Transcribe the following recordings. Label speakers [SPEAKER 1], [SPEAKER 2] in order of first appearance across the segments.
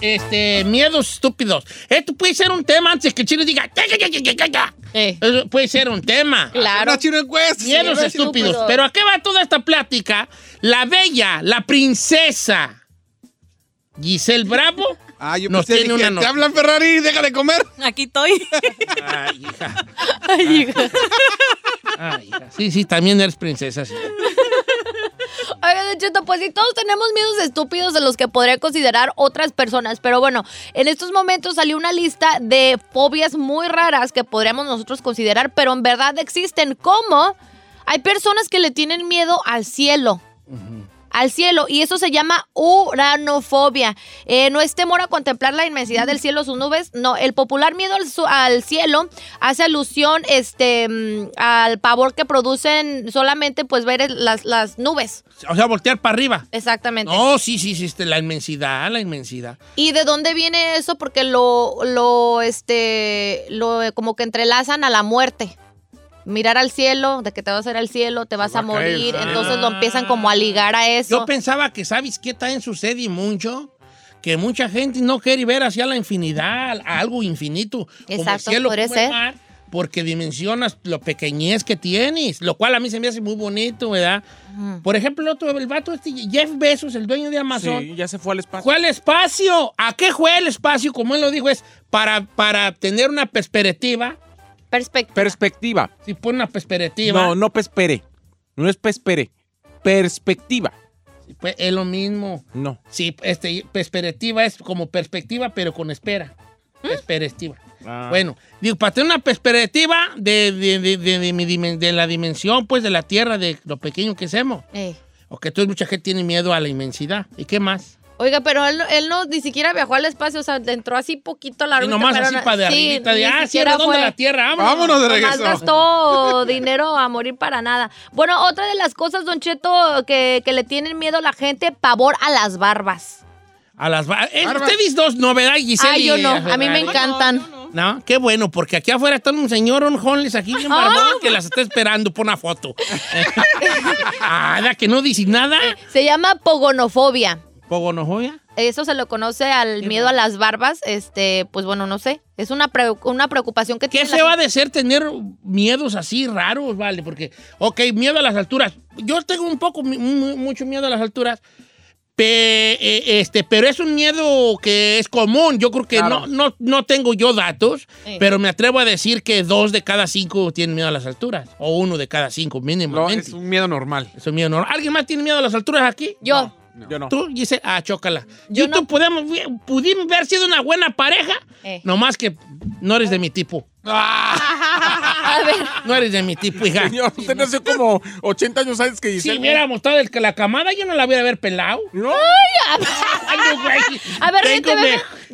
[SPEAKER 1] Este, miedos estúpidos. Esto puede ser un tema antes que el chino diga. "Ya, ya, ya, ya, ya, ya".
[SPEAKER 2] Eh,
[SPEAKER 1] Eso puede ser un tema.
[SPEAKER 2] claro.
[SPEAKER 3] Una chino encuesta.
[SPEAKER 1] Miedos
[SPEAKER 2] sí,
[SPEAKER 1] estúpidos.
[SPEAKER 2] estúpidos.
[SPEAKER 1] Pero ¿a qué va toda esta plática? La bella, la princesa Giselle Bravo
[SPEAKER 3] Ah, yo
[SPEAKER 1] nos
[SPEAKER 3] pensé
[SPEAKER 1] tiene
[SPEAKER 3] dije,
[SPEAKER 1] una
[SPEAKER 3] Te
[SPEAKER 1] nota.
[SPEAKER 3] hablan Ferrari, déjale comer.
[SPEAKER 4] Aquí estoy.
[SPEAKER 1] Ay, hija.
[SPEAKER 2] Ay, hija.
[SPEAKER 1] Ay, hija. Sí, sí, también eres princesa. sí.
[SPEAKER 2] Oiga, Don Cheto, pues sí, todos tenemos miedos estúpidos de los que podría considerar otras personas. Pero bueno, en estos momentos salió una lista de fobias muy raras que podríamos nosotros considerar, pero en verdad existen. Como hay personas que le tienen miedo al cielo. Al cielo, y eso se llama uranofobia. Eh, no es temor a contemplar la inmensidad del cielo, sus nubes. No, el popular miedo al, su- al cielo hace alusión este, mm, al pavor que producen solamente pues ver el- las, las nubes.
[SPEAKER 1] O sea, voltear para arriba.
[SPEAKER 2] Exactamente.
[SPEAKER 1] No, sí, sí, sí, este, la inmensidad, la inmensidad.
[SPEAKER 2] ¿Y de dónde viene eso? Porque lo, lo, este, lo eh, como que entrelazan a la muerte. Mirar al cielo, de que te vas a ir al cielo, te vas
[SPEAKER 3] va
[SPEAKER 2] a
[SPEAKER 3] a caer,
[SPEAKER 2] morir.
[SPEAKER 3] sí.
[SPEAKER 2] Entonces lo empiezan como a ligar a eso.
[SPEAKER 1] Yo pensaba que, ¿sabes qué también sucede mucho? Que mucha gente no quiere ver hacia la infinidad, a algo infinito, como el
[SPEAKER 2] Exacto,
[SPEAKER 1] cielo,
[SPEAKER 2] podría
[SPEAKER 1] como el
[SPEAKER 2] ser.
[SPEAKER 1] mar, porque dimensionas lo pequeñez que tienes, lo cual a mí se me hace muy bonito, ¿verdad? Por ejemplo, el otro, el vato este, Jeff Bezos, el dueño de Amazon,
[SPEAKER 3] Sí, ya se fue al espacio.
[SPEAKER 1] ¿Fue al espacio? ¿A qué juega el espacio? Como él lo dijo, es para, para tener una perspectiva.
[SPEAKER 2] Perspectiva.
[SPEAKER 3] Perspectiva.
[SPEAKER 1] Si pone una perspectiva,
[SPEAKER 3] No, no pespere. No es pespere. Perspectiva.
[SPEAKER 1] pues, es lo mismo.
[SPEAKER 3] No.
[SPEAKER 1] Sí, este, perspectiva es como perspectiva, pero con espera.
[SPEAKER 2] ¿Mm?
[SPEAKER 1] Perspectiva. Bueno, digo, para tener una perspectiva de, de- de- de- de mi dimen- de la dimensión, pues, de la Tierra, de lo pequeño que somos.
[SPEAKER 2] Eh.
[SPEAKER 1] O que entonces mucha gente tiene miedo a la inmensidad. ¿Y qué más?
[SPEAKER 2] Oiga, pero él, él no ni siquiera viajó al espacio, o sea, le entró así poquito la
[SPEAKER 1] Y nomás así para de arribita, de, ah, sí, redonda la Tierra, vámonos.
[SPEAKER 3] Vámonos de
[SPEAKER 2] Más
[SPEAKER 3] regreso.
[SPEAKER 2] gastó dinero a morir para nada. Bueno, otra de las cosas, Don Cheto, que, que le tienen miedo a la gente, pavor a las barbas.
[SPEAKER 1] A las ba- eh,
[SPEAKER 3] Barbas.
[SPEAKER 1] Ustedes dos, novedad, Giselle.
[SPEAKER 2] Ay, Ah, yo
[SPEAKER 1] y,
[SPEAKER 2] no,
[SPEAKER 1] eh,
[SPEAKER 2] a mí me
[SPEAKER 1] Ferrari.
[SPEAKER 2] encantan.
[SPEAKER 1] No, qué bueno, porque aquí afuera está un señor, un homeless, aquí
[SPEAKER 2] Oh.
[SPEAKER 1] bien barbón, que las está esperando por una foto. ah, da que no dice nada.
[SPEAKER 2] Se llama pogonofobia.
[SPEAKER 1] Pogonojoya.
[SPEAKER 2] Eso se lo conoce al miedo a las barbas. Este, pues bueno, no sé. Es una, pre- una preocupación que
[SPEAKER 1] ¿Qué
[SPEAKER 2] tiene. la
[SPEAKER 1] se va a
[SPEAKER 2] gente.
[SPEAKER 1] decir tener miedos así raros, vale? Porque, ok, miedo a las alturas. Yo tengo un poco, mi- mu- mucho miedo a las alturas. pe- eh, este, pero es un miedo que es común. Yo creo que
[SPEAKER 3] Claro.
[SPEAKER 1] no, no, no tengo yo datos,
[SPEAKER 2] Sí.
[SPEAKER 1] pero me atrevo a decir que dos de cada cinco tienen miedo a las alturas. O uno de cada cinco,
[SPEAKER 3] No,
[SPEAKER 1] mínimamente.
[SPEAKER 3] es un miedo normal.
[SPEAKER 1] Eso es miedo normal. ¿Alguien más tiene miedo a las alturas aquí?
[SPEAKER 2] Yo.
[SPEAKER 3] Yo no.
[SPEAKER 1] Tú dices, ah, chócala.
[SPEAKER 2] Yo
[SPEAKER 1] Yo tú
[SPEAKER 2] no.
[SPEAKER 1] podemos, pudimos haber sido una buena pareja,
[SPEAKER 2] Eh. Ah.
[SPEAKER 1] nomás que no eres de mi tipo.
[SPEAKER 2] A ver.
[SPEAKER 1] No eres de mi tipo, hija.
[SPEAKER 3] Señor, usted nació como 80 años antes que
[SPEAKER 1] Si
[SPEAKER 3] Giselle.
[SPEAKER 1] hubiera mostrado el, la camada, yo no la hubiera haber pelado.
[SPEAKER 3] No.
[SPEAKER 1] Ay, no, güey.
[SPEAKER 2] A
[SPEAKER 1] Tengo
[SPEAKER 2] ver, ríete,
[SPEAKER 1] me-
[SPEAKER 2] bebé.
[SPEAKER 1] Ah,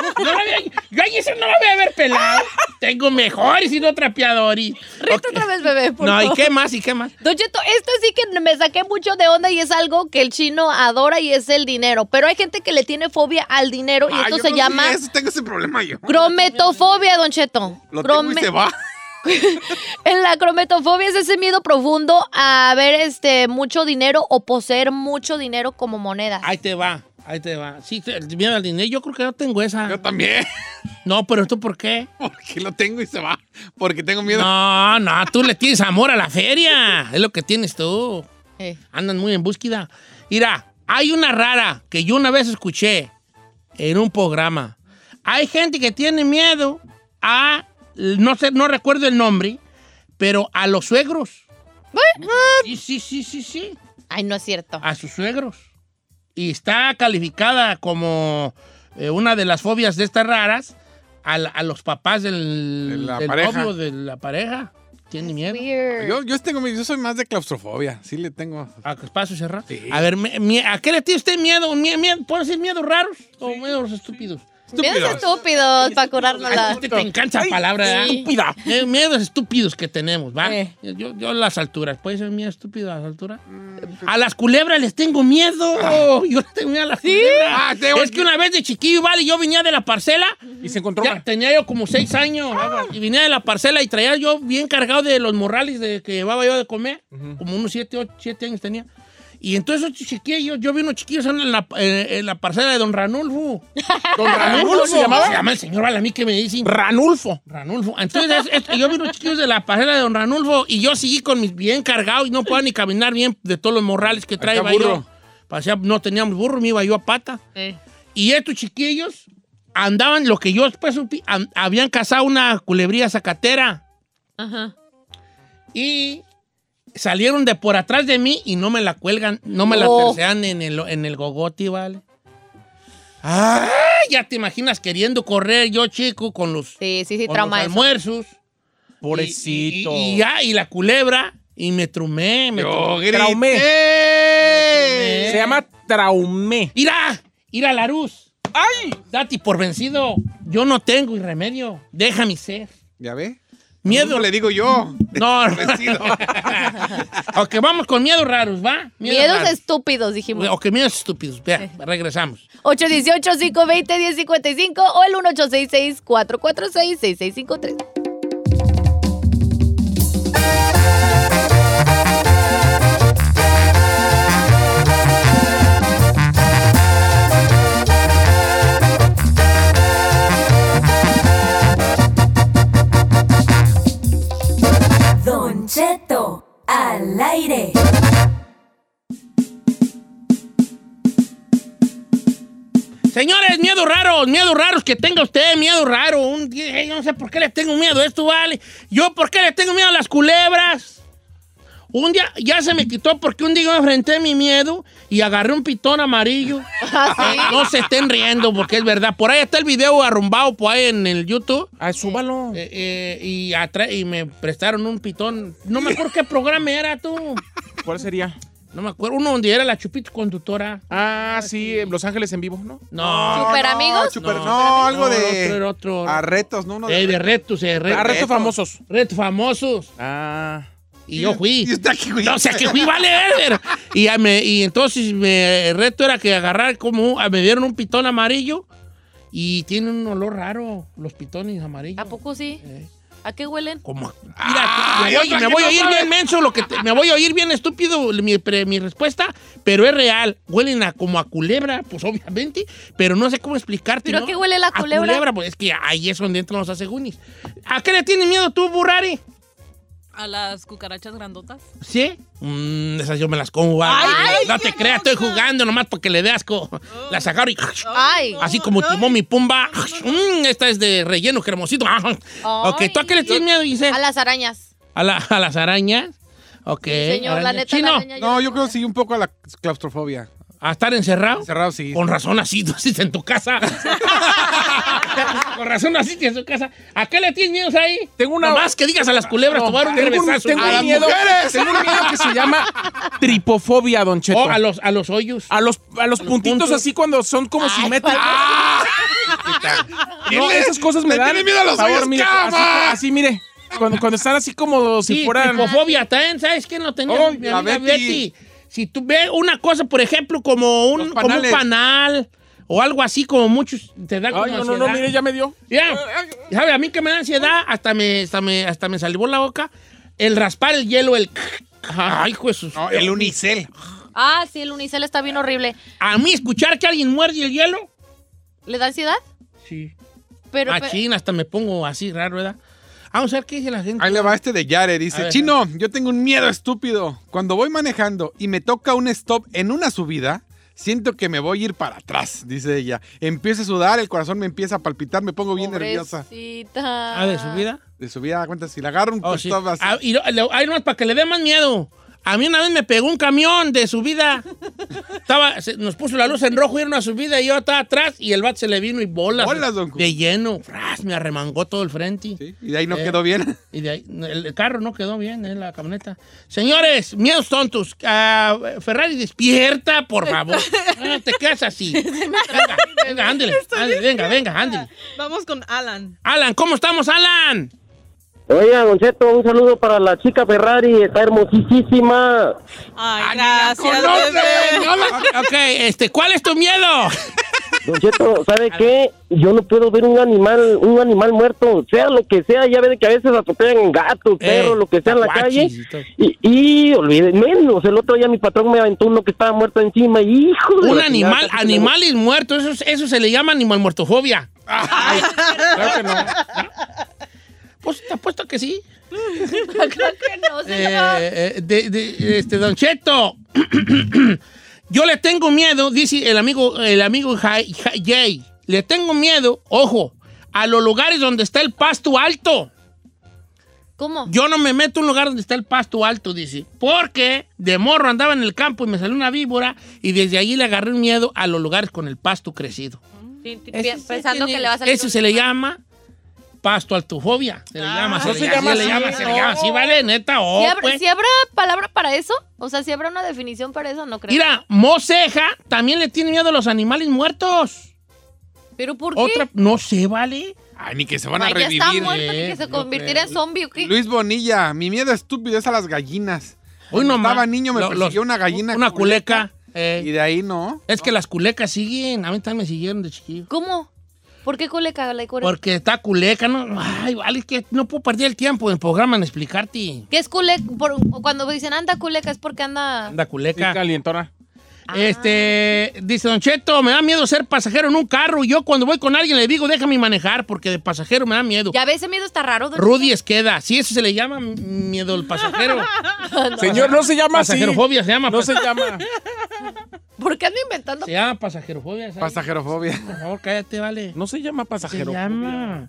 [SPEAKER 2] Ríete,
[SPEAKER 1] No la había- yo a Giselle no la voy a haber pelado. Tengo mejores y no trapeadores.
[SPEAKER 2] ríete
[SPEAKER 1] Ok.
[SPEAKER 2] otra vez, bebé. Por
[SPEAKER 1] No, ¿y
[SPEAKER 2] favor.
[SPEAKER 1] qué más? ¿Y qué más?
[SPEAKER 2] Don Cheto, esto sí que me saqué mucho de onda y es algo que el chino adora y es el dinero. Pero hay gente que le tiene fobia al dinero y
[SPEAKER 3] Ah,
[SPEAKER 2] esto
[SPEAKER 3] yo
[SPEAKER 2] se
[SPEAKER 3] no sé
[SPEAKER 2] llama
[SPEAKER 3] eso, tengo ese problema yo.
[SPEAKER 2] crometofobia, Don Cheto.
[SPEAKER 3] Lo tengo y
[SPEAKER 2] Crome-
[SPEAKER 3] se va.
[SPEAKER 2] En la crometofobia es ese miedo profundo a ver este mucho dinero o poseer mucho dinero como moneda.
[SPEAKER 1] Ahí te va, ahí te va. Sí, te- el miedo al dinero, yo creo que no tengo
[SPEAKER 3] Yo
[SPEAKER 1] esa.
[SPEAKER 3] también.
[SPEAKER 1] No, pero ¿esto por qué?
[SPEAKER 3] Porque lo tengo y se va. Porque tengo miedo.
[SPEAKER 1] No, no, tú le tienes amor a la feria. Es lo que tienes tú.
[SPEAKER 2] Eh.
[SPEAKER 1] Andan muy en búsqueda. Mira, hay una rara que yo una vez escuché en un programa. Hay gente que tiene miedo a, no sé, no recuerdo el nombre, pero a los suegros. Sí, sí, sí, sí, sí.
[SPEAKER 2] Ay, no es cierto.
[SPEAKER 1] A sus suegros. Y está calificada como eh, una de las fobias de estas raras a, la- a los papás del,
[SPEAKER 3] De la
[SPEAKER 1] del
[SPEAKER 3] pareja.
[SPEAKER 1] novio, de la pareja. Tiene miedo.
[SPEAKER 2] Weird.
[SPEAKER 3] Yo, yo tengo miedo. Yo soy más de claustrofobia. Sí le tengo.
[SPEAKER 1] ¿A espacio cerrado?
[SPEAKER 3] Sí.
[SPEAKER 1] A ver, me- mie- ¿a qué le tiene usted miedo? ¿Mie- mie- ¿Puede ser miedos raros o miedos estúpidos?
[SPEAKER 2] Miedos estúpidos para curárnosla.
[SPEAKER 1] Ay, te, te encanta la
[SPEAKER 3] Ay,
[SPEAKER 1] palabra, ¿verdad?
[SPEAKER 3] Estúpida.
[SPEAKER 1] Mie- Miedos estúpidos que tenemos, ¿va?
[SPEAKER 2] Eh.
[SPEAKER 1] Yo, yo a las alturas. ¿Puede ser miedo estúpido a las alturas? A las culebras les tengo miedo. Yo les tengo miedo a las culebras.
[SPEAKER 3] Ah, te-
[SPEAKER 1] es que una vez de chiquillo, vale, yo venía de la parcela.
[SPEAKER 3] Y se encontró.
[SPEAKER 1] Ya tenía yo como seis años.
[SPEAKER 3] Ah.
[SPEAKER 1] ¿verdad? Y venía de la parcela y traía yo bien cargado de los morrales de, que llevaba yo de comer. Como unos siete, ocho, siete años tenía. Y entonces esos chiquillos, yo, vi unos chiquillos en la, eh, en la parcela de Don Ranulfo.
[SPEAKER 3] ¿Don Ranulfo se
[SPEAKER 1] Se
[SPEAKER 3] llamaba?
[SPEAKER 1] llama el señor Balamí que me dice
[SPEAKER 3] Ranulfo.
[SPEAKER 1] Ranulfo. Entonces es- es- yo vi unos chiquillos de la parcela de Don Ranulfo y yo seguí con mis bien cargados y no podía ni caminar bien de todos los morrales que traía yo.
[SPEAKER 3] burro.
[SPEAKER 1] Pasea- no teníamos burro, me iba yo a pata.
[SPEAKER 2] Eh.
[SPEAKER 1] Y estos chiquillos andaban, lo que yo después supe, an- habían cazado una culebría zacatera
[SPEAKER 2] Ajá.
[SPEAKER 1] y salieron de por atrás de mí y no me la cuelgan, no me la
[SPEAKER 2] No.
[SPEAKER 1] tercean en el, en el gogoti, ¿vale? Ah, ya te imaginas queriendo correr yo, chico, con los,
[SPEAKER 2] Sí, sí, sí,
[SPEAKER 1] con los
[SPEAKER 2] trauma eso.
[SPEAKER 1] almuerzos.
[SPEAKER 3] Pobrecito.
[SPEAKER 1] Y, y- y ya, y la culebra, y me trumé, me
[SPEAKER 3] Yo
[SPEAKER 1] trumé.
[SPEAKER 3] traumé.
[SPEAKER 1] Me trumé.
[SPEAKER 3] Se llama traumé.
[SPEAKER 1] ¡Ira! ¡Ira, Laruz!
[SPEAKER 3] ¡Ay!
[SPEAKER 1] Dati por vencido. Yo no tengo y remedio. Déjame ser.
[SPEAKER 4] ¿Ya ve?
[SPEAKER 1] Miedo.
[SPEAKER 4] No le digo yo.
[SPEAKER 1] No,
[SPEAKER 4] Vencido.
[SPEAKER 1] ok, vamos con miedos raros, ¿va?
[SPEAKER 2] Miedos
[SPEAKER 1] raros.
[SPEAKER 2] estúpidos, dijimos.
[SPEAKER 1] Ok, miedos estúpidos. Vea, regresamos.
[SPEAKER 2] 818-520-1055 o el 1866-446-6653.
[SPEAKER 5] Don Cheto, al aire.
[SPEAKER 1] Señores, miedos raros, miedos raros que tenga usted, miedo raro. Un- eh, yo no sé por qué les tengo miedo a esto, vale. Yo, ¿por qué les tengo miedo a las culebras? Un día ya se me quitó porque un día yo enfrenté mi miedo y agarré un pitón amarillo.
[SPEAKER 2] Ah,
[SPEAKER 1] Eh, no se estén riendo porque es verdad. Por ahí está el video arrumbado por ahí en el YouTube.
[SPEAKER 3] Ay, Ah, súbalo.
[SPEAKER 1] Eh, eh, y, atra- y me prestaron un pitón. No me acuerdo qué programa era tú.
[SPEAKER 3] ¿Cuál sería?
[SPEAKER 1] No me acuerdo. Uno donde era la Chupito conductora.
[SPEAKER 3] Ah, sí, en Los Ángeles en vivo, ¿no?
[SPEAKER 1] No.
[SPEAKER 2] ¿Super amigos?
[SPEAKER 4] chuper-
[SPEAKER 1] No,
[SPEAKER 4] no,
[SPEAKER 1] no,
[SPEAKER 4] algo
[SPEAKER 1] era
[SPEAKER 4] de.
[SPEAKER 1] otro, era otro.
[SPEAKER 4] A retos, ¿no? Uno
[SPEAKER 1] Eh, de retos, eh, retos.
[SPEAKER 3] Ah, retos
[SPEAKER 4] Retos.
[SPEAKER 3] famosos.
[SPEAKER 1] Retos famosos.
[SPEAKER 3] Ah.
[SPEAKER 1] Y yo fui.
[SPEAKER 4] Y usted aquí, güey.
[SPEAKER 1] No, o sea, que fui, vale, ver. Y, ya me- y entonces me- el reto era que agarrar como, me dieron un pitón amarillo y tiene un olor raro los pitones amarillos.
[SPEAKER 2] ¿A poco sí?
[SPEAKER 1] Eh.
[SPEAKER 2] ¿A qué huelen?
[SPEAKER 1] Como a- Mira,
[SPEAKER 4] Ah,
[SPEAKER 1] me voy,
[SPEAKER 4] otra
[SPEAKER 1] me
[SPEAKER 4] que
[SPEAKER 1] voy a
[SPEAKER 4] no
[SPEAKER 1] oír
[SPEAKER 4] sabe.
[SPEAKER 1] bien menso, lo que te- me voy a oír bien estúpido mi, pre- mi respuesta, pero es real. Huelen a, como a culebra, pues obviamente, pero no sé cómo explicarte.
[SPEAKER 2] ¿Pero a
[SPEAKER 1] ¿no?
[SPEAKER 2] qué huele la
[SPEAKER 1] A
[SPEAKER 2] culebra?
[SPEAKER 1] pues es que ahí es donde entran los asegunis. ¿A qué le tienes miedo tú, Burrari?
[SPEAKER 6] A las cucarachas grandotas.
[SPEAKER 1] ¿Sí? Mm, esas yo me las como, va. no te creas, estoy jugando nomás porque le dé asco. La sacaron y...
[SPEAKER 2] Ay.
[SPEAKER 1] Así como timón y pumba. Mm, esta es de relleno cremosito. Ok, ¿tú a qué le tienes miedo, Giselle?
[SPEAKER 2] A las arañas.
[SPEAKER 1] ¿A, la- a las arañas? Ok.
[SPEAKER 2] Señor,
[SPEAKER 1] Eh,
[SPEAKER 2] la
[SPEAKER 1] araña.
[SPEAKER 2] neta,
[SPEAKER 1] Chino,
[SPEAKER 2] la araña
[SPEAKER 4] No,
[SPEAKER 2] le
[SPEAKER 4] yo creo
[SPEAKER 2] tengo
[SPEAKER 4] que sí, un poco a la claustrofobia.
[SPEAKER 1] ¿a estar encerrado?
[SPEAKER 4] Cerrado, sí.
[SPEAKER 1] Con razón así, tú haces en tu casa. Con razón así tienes en tu casa. ¿A qué le tienes miedo ahí?
[SPEAKER 3] Tengo una-
[SPEAKER 1] Nomás que digas a las culebras,
[SPEAKER 3] No,
[SPEAKER 1] tomar un
[SPEAKER 3] tengo un-
[SPEAKER 1] revesazo.
[SPEAKER 3] tengo
[SPEAKER 1] a
[SPEAKER 3] un
[SPEAKER 1] las
[SPEAKER 3] miedo.
[SPEAKER 1] mujeres.
[SPEAKER 3] Tengo un miedo que se llama tripofobia, Don Cheto.
[SPEAKER 1] O a los, a los hoyos.
[SPEAKER 3] A los, a los puntitos
[SPEAKER 1] puntos.
[SPEAKER 3] así cuando son como simétricos. No, esas cosas me
[SPEAKER 4] Le
[SPEAKER 3] dan.
[SPEAKER 4] tiene miedo a los
[SPEAKER 3] pavor,
[SPEAKER 4] hoyos,
[SPEAKER 3] mire, así,
[SPEAKER 4] cama.
[SPEAKER 3] así, mire. Cuando, cuando están así como si
[SPEAKER 1] Sí,
[SPEAKER 3] fueran.
[SPEAKER 1] tripofobia también, ¿sabes quién lo tenía?
[SPEAKER 4] Oh,
[SPEAKER 1] Mi
[SPEAKER 4] la
[SPEAKER 1] amiga
[SPEAKER 4] Betty.
[SPEAKER 1] Betty. Si tú ves una cosa, por ejemplo, como un,
[SPEAKER 4] Los
[SPEAKER 1] como un
[SPEAKER 4] panales.
[SPEAKER 1] panal o algo así, como muchos, te da como
[SPEAKER 3] Ay, no, no, no,
[SPEAKER 1] ansiedad.
[SPEAKER 3] mire, ya me dio.
[SPEAKER 1] Ya, ¿sabe? A mí que me da ansiedad, hasta me, hasta me, hasta me salivó la boca. El raspar el hielo, el... Ay, Jesús.
[SPEAKER 4] No, el unicel.
[SPEAKER 2] Ah, sí, el unicel está bien horrible.
[SPEAKER 1] A mí escuchar que alguien muerde el hielo.
[SPEAKER 2] ¿Le da ansiedad?
[SPEAKER 1] Sí.
[SPEAKER 2] Pero,
[SPEAKER 1] Ah,
[SPEAKER 2] pero-
[SPEAKER 1] Machín, hasta me pongo así raro, ¿verdad? Vamos a ver qué dice la gente.
[SPEAKER 4] Ahí le va este de Yare.
[SPEAKER 1] A
[SPEAKER 4] Dice,
[SPEAKER 1] ver.
[SPEAKER 4] Chino, yo tengo un miedo estúpido. Cuando voy manejando y me toca un stop en una subida, siento que me voy a ir para atrás, dice ella. Empiezo a sudar, el corazón me empieza a palpitar, me pongo bien nerviosa.
[SPEAKER 2] Pobrecita.
[SPEAKER 1] Ah, de su vida.
[SPEAKER 4] De subida, cuenta, si la agarro un
[SPEAKER 1] Oh, sí.
[SPEAKER 4] stop Pues así.
[SPEAKER 1] Ah, y lo- lo- ay, nomás para que le dé más miedo. A mí una vez me pegó un camión de subida. Estaba, se- nos puso la luz en rojo y era una subida y yo estaba atrás y el bat se le vino y bolas.
[SPEAKER 4] Bolas, don Cu-
[SPEAKER 1] de lleno. Fras, me arremangó todo el frente.
[SPEAKER 4] Sí, Y de ahí no
[SPEAKER 1] Eh.
[SPEAKER 4] quedó bien.
[SPEAKER 1] Y de ahí, el el carro no quedó bien, eh, la camioneta. Señores, miedos tontos. Ah, Ferrari, despierta, por favor. No te quedas así. Venga, venga, ándele, ándele, venga, venga, ándele.
[SPEAKER 6] Vamos con Alan.
[SPEAKER 1] Alan, ¿cómo estamos, Alan?
[SPEAKER 7] Oiga, Don Cheto, un saludo para la chica Ferrari, está hermosísima.
[SPEAKER 6] Ay,
[SPEAKER 1] ¡Ah, ni la
[SPEAKER 6] gracias,
[SPEAKER 1] conoce,
[SPEAKER 6] bebé.
[SPEAKER 1] no la- Ok, este, ¿cuál es tu miedo?
[SPEAKER 7] Don Cheto, ¿sabe qué? Yo no puedo ver un animal, un animal muerto, sea lo que sea, ya ven que a veces atropellan gatos,
[SPEAKER 1] Eh,
[SPEAKER 7] perros, lo que sea en la calle. Y, y olvide, menos, el otro día mi patrón me aventó uno que estaba muerto encima, y, hijo de
[SPEAKER 1] Un
[SPEAKER 7] la
[SPEAKER 1] animal,
[SPEAKER 7] chingada, casi me
[SPEAKER 1] animal y muerto, eso, es- eso se le llama animal muertofobia.
[SPEAKER 4] Claro que no.
[SPEAKER 1] Pues te apuesto que sí.
[SPEAKER 2] Creo que no, señor.
[SPEAKER 1] Eh, eh, de- de- este, Don Cheto. Yo le tengo miedo, dice el amigo, el amigo Ja- Ja- Jay. Le tengo miedo, ojo, a los lugares donde está el pasto alto.
[SPEAKER 2] ¿Cómo?
[SPEAKER 1] Yo no me meto a un lugar donde está el pasto alto, dice. Porque de morro andaba en el campo y me salió una víbora y desde allí le agarré un miedo a los lugares con el pasto crecido.
[SPEAKER 6] Pi- pi-
[SPEAKER 3] Ese sí
[SPEAKER 6] Pensando que
[SPEAKER 3] tiene-
[SPEAKER 6] le vas a salir
[SPEAKER 1] Eso
[SPEAKER 6] un-
[SPEAKER 1] se le llama pasto altufobia. Se le
[SPEAKER 6] Ah,
[SPEAKER 1] llama, se,
[SPEAKER 3] no
[SPEAKER 1] le,
[SPEAKER 3] se
[SPEAKER 1] llama,
[SPEAKER 3] llama
[SPEAKER 1] se le
[SPEAKER 3] así,
[SPEAKER 1] llama, se le
[SPEAKER 3] no.
[SPEAKER 1] llama. Sí, vale, neta, oh,
[SPEAKER 2] ¿Sí, habrá,
[SPEAKER 1] pues.
[SPEAKER 2] sí habrá palabra para eso? O sea, si habrá una definición para eso? No creo.
[SPEAKER 1] Mira, Moceja también le tiene miedo a los animales muertos.
[SPEAKER 2] ¿Pero por qué?
[SPEAKER 1] Otra, no sé, vale.
[SPEAKER 4] Ay, ni que se van a
[SPEAKER 2] Ay, ya está
[SPEAKER 4] revivir.
[SPEAKER 2] muerto ni que
[SPEAKER 1] eh,
[SPEAKER 2] se
[SPEAKER 1] no
[SPEAKER 2] convirtiera en
[SPEAKER 1] creo.
[SPEAKER 2] zombie, ¿o qué?
[SPEAKER 4] Luis Bonilla, mi miedo estúpido es a las gallinas.
[SPEAKER 1] Hoy
[SPEAKER 4] Cuando
[SPEAKER 1] nomás.
[SPEAKER 4] Estaba niño, me
[SPEAKER 1] Lo-
[SPEAKER 4] persiguió
[SPEAKER 1] los-
[SPEAKER 4] una gallina.
[SPEAKER 1] Una culeca. eh.
[SPEAKER 4] Y de ahí no.
[SPEAKER 1] es que las culecas siguen. A mí también me siguieron de chiquillo.
[SPEAKER 2] ¿Cómo? ¿Por qué coleca la culeca?
[SPEAKER 1] Porque está culeca, ¿no? Ay, vale, es que no puedo perder el tiempo en el programa en explicarte.
[SPEAKER 2] ¿Qué es culeca? Por- o cuando dicen anda culeca es porque anda...
[SPEAKER 1] Anda,
[SPEAKER 3] Sí,
[SPEAKER 1] culeca.
[SPEAKER 3] calientona.
[SPEAKER 1] Este, dice Don Cheto, me da miedo ser pasajero en un carro. Yo cuando voy con alguien le digo, déjame manejar, porque de pasajero me da miedo.
[SPEAKER 2] Ya ve, ese miedo está raro. don
[SPEAKER 1] Rudy Esqueda, sí, eso se le llama miedo al pasajero.
[SPEAKER 3] Señor, no se llama así.
[SPEAKER 1] Pasajerofobia se llama.
[SPEAKER 3] No
[SPEAKER 1] pas-
[SPEAKER 3] se llama.
[SPEAKER 2] Cheto. ¿Por qué anda inventando?
[SPEAKER 1] se llama ah, pasajerofobia. ¿sabes?
[SPEAKER 4] Pasajerofobia.
[SPEAKER 1] Por favor, cállate, vale.
[SPEAKER 3] No se llama
[SPEAKER 1] se
[SPEAKER 3] pasajero.
[SPEAKER 1] llama.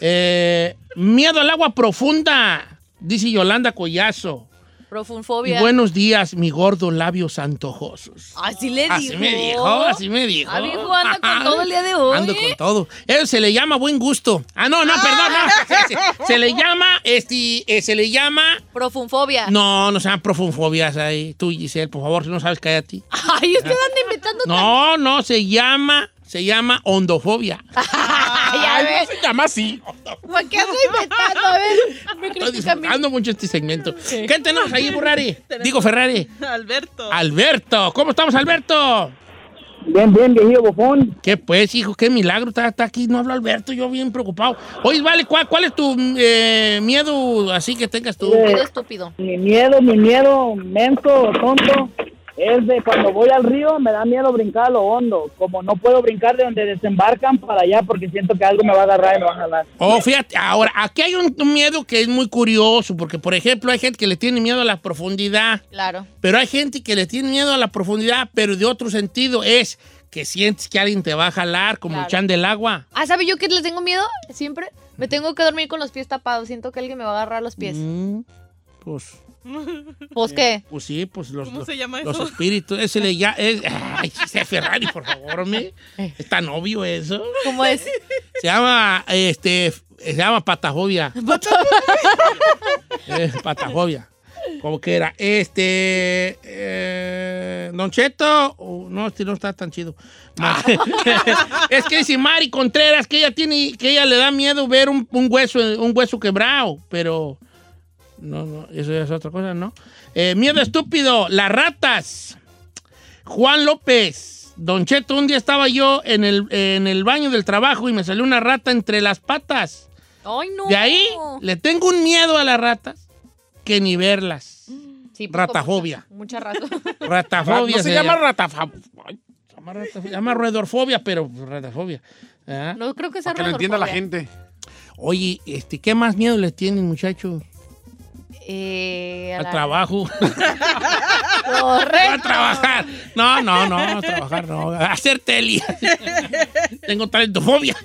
[SPEAKER 1] Eh, miedo al agua profunda, dice Yolanda Collazo. Y
[SPEAKER 2] Profunfobia.
[SPEAKER 1] buenos días, mi gordo labios antojosos.
[SPEAKER 2] Así le dijo.
[SPEAKER 1] Así me dijo, así me dijo.
[SPEAKER 2] Ah, viejo, anda con todo el día de hoy.
[SPEAKER 1] Ando con todo. Eso se le llama buen gusto. Ah, no, no, perdón, no. Se, se- se le llama, este, eh, se le llama...
[SPEAKER 2] Profunfobia.
[SPEAKER 1] No, no sean profunfobias ahí. Tú, Giselle, por favor, si no sabes, cállate.
[SPEAKER 2] Ay, usted anda inventando.
[SPEAKER 1] No, no, se llama, se llama ondofobia.
[SPEAKER 2] Ay, a
[SPEAKER 3] Ay,
[SPEAKER 2] ver.
[SPEAKER 3] no se llama así.
[SPEAKER 2] ¿Por qué ando inventando? A ver. Me
[SPEAKER 1] Estoy
[SPEAKER 2] critica a mí.
[SPEAKER 1] disfrutando mucho este segmento. ¿Qué tenemos ahí, Ferrari? Digo, Ferrari.
[SPEAKER 6] Alberto.
[SPEAKER 1] Alberto, ¿cómo estamos, Alberto?
[SPEAKER 7] Bien, bien, viejillo bofón.
[SPEAKER 1] ¿Qué pues, hijo? ¿Qué milagro? Está, está aquí, no habla Alberto, yo bien preocupado. Oye, vale, ¿cuál, cuál es tu eh, miedo así que tengas tú?
[SPEAKER 7] Eh,
[SPEAKER 2] Eres estúpido.
[SPEAKER 7] Mi miedo, mi miedo, mento, tonto, es de cuando voy al río me da miedo brincar a lo hondo. Como no puedo brincar de donde desembarcan para allá porque siento que algo me va a agarrar y me va a jalar.
[SPEAKER 1] Oh, fíjate, ahora, aquí hay un un miedo que es muy curioso, porque, por ejemplo, hay gente que le tiene miedo a la profundidad.
[SPEAKER 2] Claro.
[SPEAKER 1] Pero hay gente que le tiene miedo a la profundidad, pero de otro sentido es que sientes que alguien te va a jalar como
[SPEAKER 2] Claro.
[SPEAKER 1] el chan del agua.
[SPEAKER 2] Ah, ¿sabe yo que les tengo miedo? Siempre me tengo que dormir con los pies tapados. Siento que alguien me va a agarrar los pies.
[SPEAKER 1] Mm, pues,
[SPEAKER 2] ¿Pues qué?
[SPEAKER 1] pues sí, pues los,
[SPEAKER 6] ¿Cómo
[SPEAKER 1] los,
[SPEAKER 6] se llama
[SPEAKER 1] los
[SPEAKER 6] eso?
[SPEAKER 1] espíritus. Ese le ya es, ay, Giselle Ferrari, por favor, hombre.
[SPEAKER 6] Eh.
[SPEAKER 1] Es tan obvio eso.
[SPEAKER 2] ¿Cómo es?
[SPEAKER 1] Se llama, este, se llama patafobia. Eh, patafobia. Como que era. Este. eh, Don Cheto. oh, no, este no está tan chido. Ma- es que dice Mari Contreras que ella tiene. que ella le da miedo ver un, un hueso, un hueso quebrado. Pero. No, no, eso ya es otra cosa, ¿no? Eh, miedo estúpido. Las ratas. Juan López. Don Cheto, un día estaba yo en el, en el baño del trabajo y me salió una rata entre las patas.
[SPEAKER 2] Ay, no.
[SPEAKER 1] De ahí le tengo un miedo a las ratas que ni verlas.
[SPEAKER 2] Sí, pues,
[SPEAKER 1] ratafobia.
[SPEAKER 2] con Mucha, mucha razón.
[SPEAKER 1] Ratafobia.
[SPEAKER 3] no se llama ratafa. Ay,
[SPEAKER 1] Se llama ratafobia. Se llama roedorfobia, pero pues, ratafobia. Ah.
[SPEAKER 2] No creo que sea
[SPEAKER 4] Para que lo entienda la
[SPEAKER 2] rodorfobia.
[SPEAKER 4] gente.
[SPEAKER 1] Oye, este, ¿qué más miedo le tienen, muchachos?
[SPEAKER 2] Eh, a
[SPEAKER 1] Al
[SPEAKER 2] la-
[SPEAKER 1] trabajo.
[SPEAKER 2] Correcto.
[SPEAKER 1] a trabajar. No, no, no, a trabajar, no. A hacer tele. tengo talentofobia.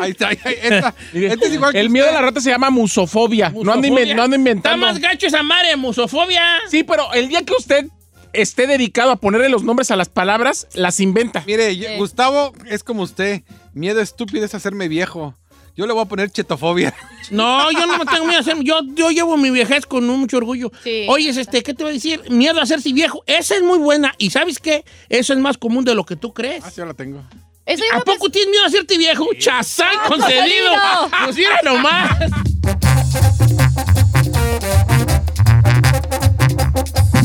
[SPEAKER 4] Ahí está, ahí está. Esta-
[SPEAKER 3] mire,
[SPEAKER 4] este es igual que
[SPEAKER 3] el
[SPEAKER 4] usted.
[SPEAKER 3] miedo a la rata se llama musofobia. No ando,
[SPEAKER 1] Musofobia.
[SPEAKER 3] inven- no ando
[SPEAKER 1] Está
[SPEAKER 3] inventando.
[SPEAKER 1] más gacho esa madre, musofobia.
[SPEAKER 3] Sí, pero el día que usted esté dedicado a ponerle los nombres a las palabras, las inventa.
[SPEAKER 4] Mire, yo- Gustavo es como usted. Miedo estúpido es hacerme viejo. Yo le voy a poner chetofobia.
[SPEAKER 1] No, yo no me tengo miedo a ser. Yo, yo llevo mi viejez con mucho orgullo.
[SPEAKER 2] Sí.
[SPEAKER 1] Oye, este, ¿qué te voy a decir? Miedo a hacerse viejo. Esa es muy buena. ¿Y sabes qué? Eso es más común de lo que tú crees.
[SPEAKER 4] Ah, sí, yo la tengo.
[SPEAKER 2] Eso yo
[SPEAKER 1] ¿A
[SPEAKER 2] no pensé-
[SPEAKER 1] poco tienes miedo a hacerte viejo? ¡Chazán
[SPEAKER 2] Ah,
[SPEAKER 1] concedido!
[SPEAKER 2] concedido.
[SPEAKER 1] ¡Pues mira nomás!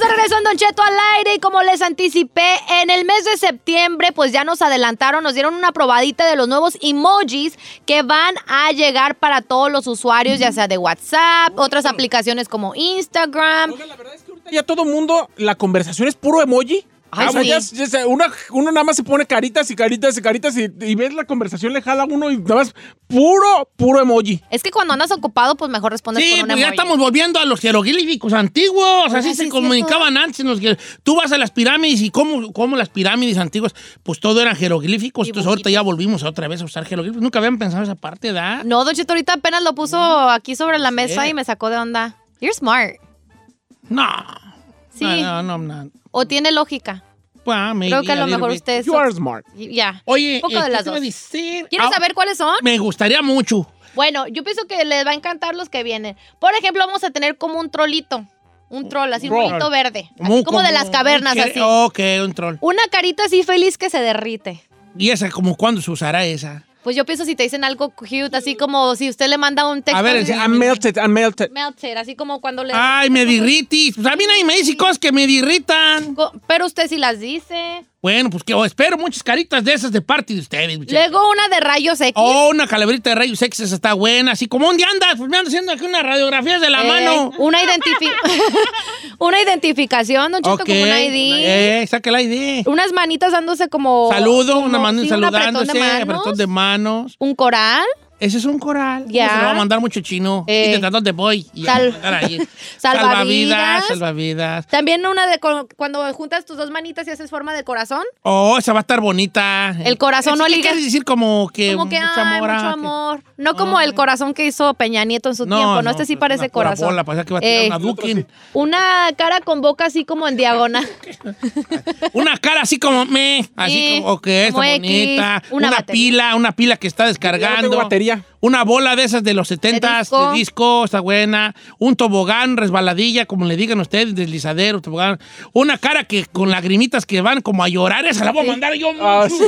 [SPEAKER 2] de regreso en Don Cheto al aire y como les anticipé, en el mes de septiembre pues ya nos adelantaron, nos dieron una probadita de los nuevos emojis que van a llegar para todos los usuarios, ya sea de WhatsApp, otras aplicaciones como Instagram.
[SPEAKER 3] Oiga, la verdad es que ahorita ya todo mundo, la conversación es puro emoji.
[SPEAKER 2] Ay,
[SPEAKER 3] Ah, o sea,
[SPEAKER 2] sí.
[SPEAKER 3] ya es- ya es- una- uno nada más se pone caritas y caritas y caritas y, y ves la conversación, le jala a uno y nada más puro, puro emoji.
[SPEAKER 2] Es que cuando andas ocupado pues mejor respondes
[SPEAKER 1] Sí,
[SPEAKER 2] con un
[SPEAKER 1] pues ya
[SPEAKER 2] emoji.
[SPEAKER 1] estamos volviendo a los jeroglíficos antiguos.
[SPEAKER 2] Oiga,
[SPEAKER 1] Así
[SPEAKER 2] sí
[SPEAKER 1] se
[SPEAKER 2] es
[SPEAKER 1] comunicaban antes. los hier- tú vas a las pirámides y cómo, cómo las pirámides antiguas, pues todo eran jeroglíficos. Entonces ahorita ya volvimos otra vez a usar jeroglíficos. Nunca habían pensado esa parte, ¿da?
[SPEAKER 2] No, Don Cheto ahorita apenas lo puso aquí sobre la mesa
[SPEAKER 1] sé.
[SPEAKER 2] y me sacó de onda. You're smart.
[SPEAKER 1] No.
[SPEAKER 2] Sí.
[SPEAKER 1] No, no, no. no.
[SPEAKER 2] O tiene lógica.
[SPEAKER 1] Bueno, Pues, ah, maybe
[SPEAKER 2] Creo que a lo
[SPEAKER 1] little
[SPEAKER 2] mejor
[SPEAKER 1] bit.
[SPEAKER 2] ustedes...
[SPEAKER 3] You
[SPEAKER 2] son-
[SPEAKER 3] are smart.
[SPEAKER 2] Ya.
[SPEAKER 1] Oye,
[SPEAKER 2] Un poco
[SPEAKER 1] eh,
[SPEAKER 2] de
[SPEAKER 1] ¿qué
[SPEAKER 2] las
[SPEAKER 1] te iba
[SPEAKER 2] dos.
[SPEAKER 1] a decir?
[SPEAKER 2] ¿Quieres
[SPEAKER 1] Ah,
[SPEAKER 2] saber cuáles son?
[SPEAKER 1] Me gustaría mucho.
[SPEAKER 2] Bueno, yo pienso que les va a encantar los que vienen. Por ejemplo, vamos a tener como un trolito. Un troll, así un
[SPEAKER 1] Troll.
[SPEAKER 2] trolito verde. Así como de las
[SPEAKER 1] un
[SPEAKER 2] cavernas,
[SPEAKER 1] chere-
[SPEAKER 2] así.
[SPEAKER 1] Ok, un troll.
[SPEAKER 2] Una carita así feliz que se derrite.
[SPEAKER 1] ¿Y esa, como cuándo se usará esa?
[SPEAKER 2] Pues yo pienso si te dicen algo cute, así como si usted le manda un texto.
[SPEAKER 3] A ver,
[SPEAKER 2] así,
[SPEAKER 3] dice, I'm melted, I'm melted.
[SPEAKER 2] melted, así como cuando le...
[SPEAKER 1] Ay, me dirritis. Pues a mí nadie me dice cosas que me dirritan.
[SPEAKER 2] Co- Pero usted sí las dice.
[SPEAKER 1] Bueno, pues que oh, espero muchas caritas de esas de parte de ustedes. muchachos.
[SPEAKER 2] Luego una de rayos X.
[SPEAKER 1] Oh, una calaverita de rayos X, esa está buena. Así como, ¿dónde andas? Pues me ando haciendo aquí unas radiografías de la
[SPEAKER 2] Eh,
[SPEAKER 1] mano.
[SPEAKER 2] Una, identifi- una identificación, don Cheto,
[SPEAKER 1] Ok.
[SPEAKER 2] como un ID.
[SPEAKER 1] Eh, saca la ID.
[SPEAKER 2] Unas manitas dándose como.
[SPEAKER 1] Saludo,
[SPEAKER 2] como-
[SPEAKER 1] una mano
[SPEAKER 2] Oh, sí, un apretón
[SPEAKER 1] saludándose,
[SPEAKER 2] de manos,
[SPEAKER 1] apretón de manos.
[SPEAKER 2] Un coral.
[SPEAKER 1] Ese es un coral.
[SPEAKER 2] Ya.
[SPEAKER 1] Se lo va a mandar mucho chino.
[SPEAKER 2] Eh.
[SPEAKER 1] Y de dónde voy. Y
[SPEAKER 2] Sal-
[SPEAKER 1] a mandar ahí.
[SPEAKER 2] Salvavidas.
[SPEAKER 1] Salvavidas. Salvavidas.
[SPEAKER 2] También una de cu- cuando juntas tus dos manitas y haces forma de corazón.
[SPEAKER 1] Oh, esa va a estar bonita.
[SPEAKER 2] El corazón
[SPEAKER 1] ¿Eso
[SPEAKER 2] no
[SPEAKER 1] ¿Qué
[SPEAKER 2] liga.
[SPEAKER 1] quieres decir? Como que
[SPEAKER 2] como que
[SPEAKER 1] mucho
[SPEAKER 2] ay,
[SPEAKER 1] amor.
[SPEAKER 2] mucho
[SPEAKER 1] ah, que-
[SPEAKER 2] amor. No como el corazón que hizo Peña Nieto en su
[SPEAKER 1] No,
[SPEAKER 2] tiempo. No,
[SPEAKER 1] no,
[SPEAKER 2] este sí
[SPEAKER 1] es
[SPEAKER 2] parece
[SPEAKER 1] una pura
[SPEAKER 2] corazón.
[SPEAKER 1] bola, parece que va a tirar
[SPEAKER 2] Eh,
[SPEAKER 1] una Dukin.
[SPEAKER 2] una cara con boca así como en diagonal.
[SPEAKER 1] Una cara así como me, así
[SPEAKER 2] Sí,
[SPEAKER 1] como que está
[SPEAKER 2] como X,
[SPEAKER 1] bonita.
[SPEAKER 2] una
[SPEAKER 1] Una,
[SPEAKER 2] batería.
[SPEAKER 1] pila, una pila que está
[SPEAKER 3] Ya no tengo
[SPEAKER 1] descargando.
[SPEAKER 3] batería.
[SPEAKER 1] Una bola de esas de los 70 de disco.
[SPEAKER 2] disco.
[SPEAKER 1] está buena. Un tobogán, resbaladilla, como le digan ustedes, deslizadero, tobogán. Una cara que con lagrimitas que van como a llorar, esa la voy a mandar yo.
[SPEAKER 3] Ah, sí.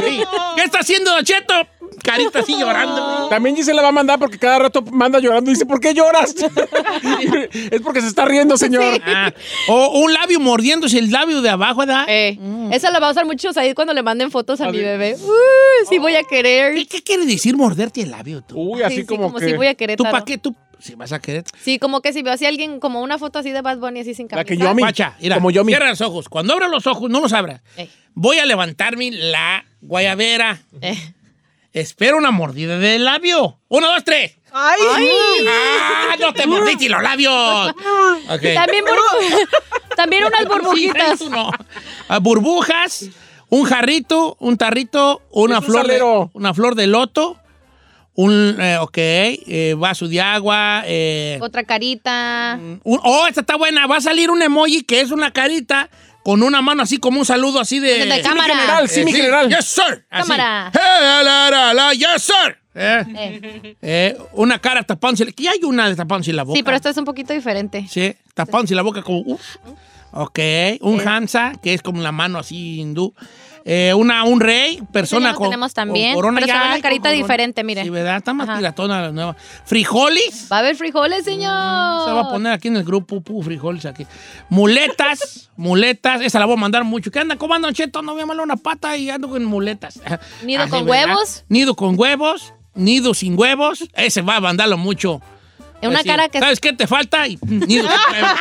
[SPEAKER 1] Ay, ¿Qué está haciendo, Don Cheto? Carita así llorando.
[SPEAKER 3] También Gisela va a mandar porque cada rato manda llorando y dice, ¿por qué lloras? es porque se está riendo, señor.
[SPEAKER 1] Ah, o un labio mordiéndose el labio de abajo, ¿verdad?
[SPEAKER 2] Eh,
[SPEAKER 1] Mm.
[SPEAKER 2] Esa la va a usar muchos ahí cuando le manden fotos a, mi
[SPEAKER 3] ver.
[SPEAKER 2] bebé. Uh,
[SPEAKER 1] Oh,
[SPEAKER 2] sí voy a
[SPEAKER 1] ¿Qué,
[SPEAKER 2] querer.
[SPEAKER 1] qué quiere decir morderte el labio tú?
[SPEAKER 3] Uy, así
[SPEAKER 2] Sí, sí,
[SPEAKER 3] como, que...
[SPEAKER 2] sí voy a querer.
[SPEAKER 1] ¿Tú para qué? ¿Tú si vas a querer?
[SPEAKER 2] Sí, como que si veo así a alguien, como una foto así de Bad Bunny así sin camisa.
[SPEAKER 3] La que yo a mí-
[SPEAKER 1] Guacha, mira,
[SPEAKER 3] Como yo, mi-
[SPEAKER 1] cierra los ojos. Cuando abra los ojos, no los abras.
[SPEAKER 2] Ey.
[SPEAKER 1] Voy a levantarme la guayabera.
[SPEAKER 2] Eh.
[SPEAKER 1] Espero una mordida de labio. Uno, dos, tres.
[SPEAKER 6] ¡Ay!
[SPEAKER 1] ¡Ah! ¡No te mordiste los labios! Ok.
[SPEAKER 2] También, burbu- también unas burbujitas.
[SPEAKER 1] Sí, eso no. Ah, Burbujas, un jarrito, un tarrito, una
[SPEAKER 3] Es un
[SPEAKER 1] flor de,
[SPEAKER 3] salero.
[SPEAKER 1] una flor de loto, un, eh, ok, eh, vaso de agua, eh,
[SPEAKER 2] Otra carita.
[SPEAKER 1] un- oh, esta está buena. Va a salir un emoji que es una carita con una mano así como un saludo así de...
[SPEAKER 2] De- de
[SPEAKER 3] Mi
[SPEAKER 2] cámara.
[SPEAKER 3] general, sí, mi general.
[SPEAKER 1] Yes, sir. Así.
[SPEAKER 2] Cámara.
[SPEAKER 1] Hey, la, la, la, yes, sir. Eh,
[SPEAKER 2] Eh,
[SPEAKER 1] eh, una cara tapándose. Aquí hay una de tapándose la boca.
[SPEAKER 2] Sí, pero esta es un poquito diferente.
[SPEAKER 1] Sí, tapándose la boca como... uf. Ok. Un Hansa, que es como la mano así hindú. Eh, una, un rey, persona
[SPEAKER 2] ya lo
[SPEAKER 1] con,
[SPEAKER 2] tenemos
[SPEAKER 1] con
[SPEAKER 2] también,
[SPEAKER 1] corona.
[SPEAKER 2] pero se
[SPEAKER 1] Ya
[SPEAKER 2] ve una
[SPEAKER 1] hay
[SPEAKER 2] carita
[SPEAKER 1] con corona.
[SPEAKER 2] diferente, mire.
[SPEAKER 1] Sí, ¿verdad? Está más
[SPEAKER 2] Ajá.
[SPEAKER 1] piratona la nueva. Frijoles.
[SPEAKER 2] Va a haber frijoles, señor.
[SPEAKER 1] Mm, Se va a poner aquí en el grupo pu, frijoles aquí. Muletas, muletas, esa la voy a mandar mucho. ¿Qué andan? ¿Cómo andan, Cheto? No voy a una pata y ando con muletas. ¿ah?
[SPEAKER 2] Nido con huevos.
[SPEAKER 1] Nido con huevos, nido sin huevos. Ese va a mandarlo mucho.
[SPEAKER 2] En una
[SPEAKER 1] Decir,
[SPEAKER 2] cara que.
[SPEAKER 1] ¿Sabes qué te falta? Y, mm, nido sin huevos.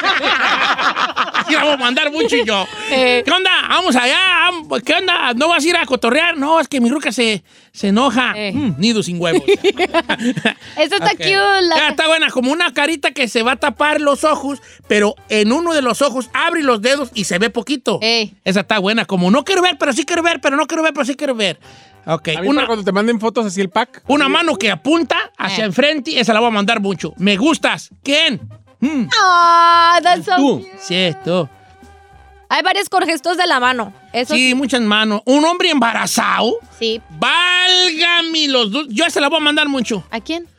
[SPEAKER 1] Así la voy a mandar mucho y yo.
[SPEAKER 2] Eh.
[SPEAKER 1] ¿Qué onda? Vamos allá. am- ¿Qué onda? ¿No vas a ir a cotorrear? No, es que mi ruca se, se enoja.
[SPEAKER 2] Eh.
[SPEAKER 1] Mm, nido sin huevos.
[SPEAKER 2] Esta está
[SPEAKER 1] Ok.
[SPEAKER 2] cute. la-
[SPEAKER 1] Ya, está buena, como una carita que se va a tapar los ojos, pero en uno de los ojos abre los dedos y se ve poquito.
[SPEAKER 2] Ey.
[SPEAKER 1] Esa está buena, como no quiero ver, pero sí quiero ver, pero no quiero ver, pero sí quiero ver. Ok,
[SPEAKER 3] A mí para
[SPEAKER 1] una,
[SPEAKER 3] cuando te manden fotos así el pack.
[SPEAKER 1] una mano que apunta hacia
[SPEAKER 2] Eh.
[SPEAKER 1] enfrente, esa la voy a mandar mucho. Me gustas, ¿quién? Mm,
[SPEAKER 2] Ah, that's so
[SPEAKER 3] Tú.
[SPEAKER 2] cute.
[SPEAKER 1] Sí, esto.
[SPEAKER 2] Hay varios corgestos de la mano. Eso sí.
[SPEAKER 1] Sí, muchas manos. Un hombre embarazado,
[SPEAKER 2] sí.
[SPEAKER 1] válgame los dos. Yo esa la voy a mandar mucho.
[SPEAKER 2] ¿A quién?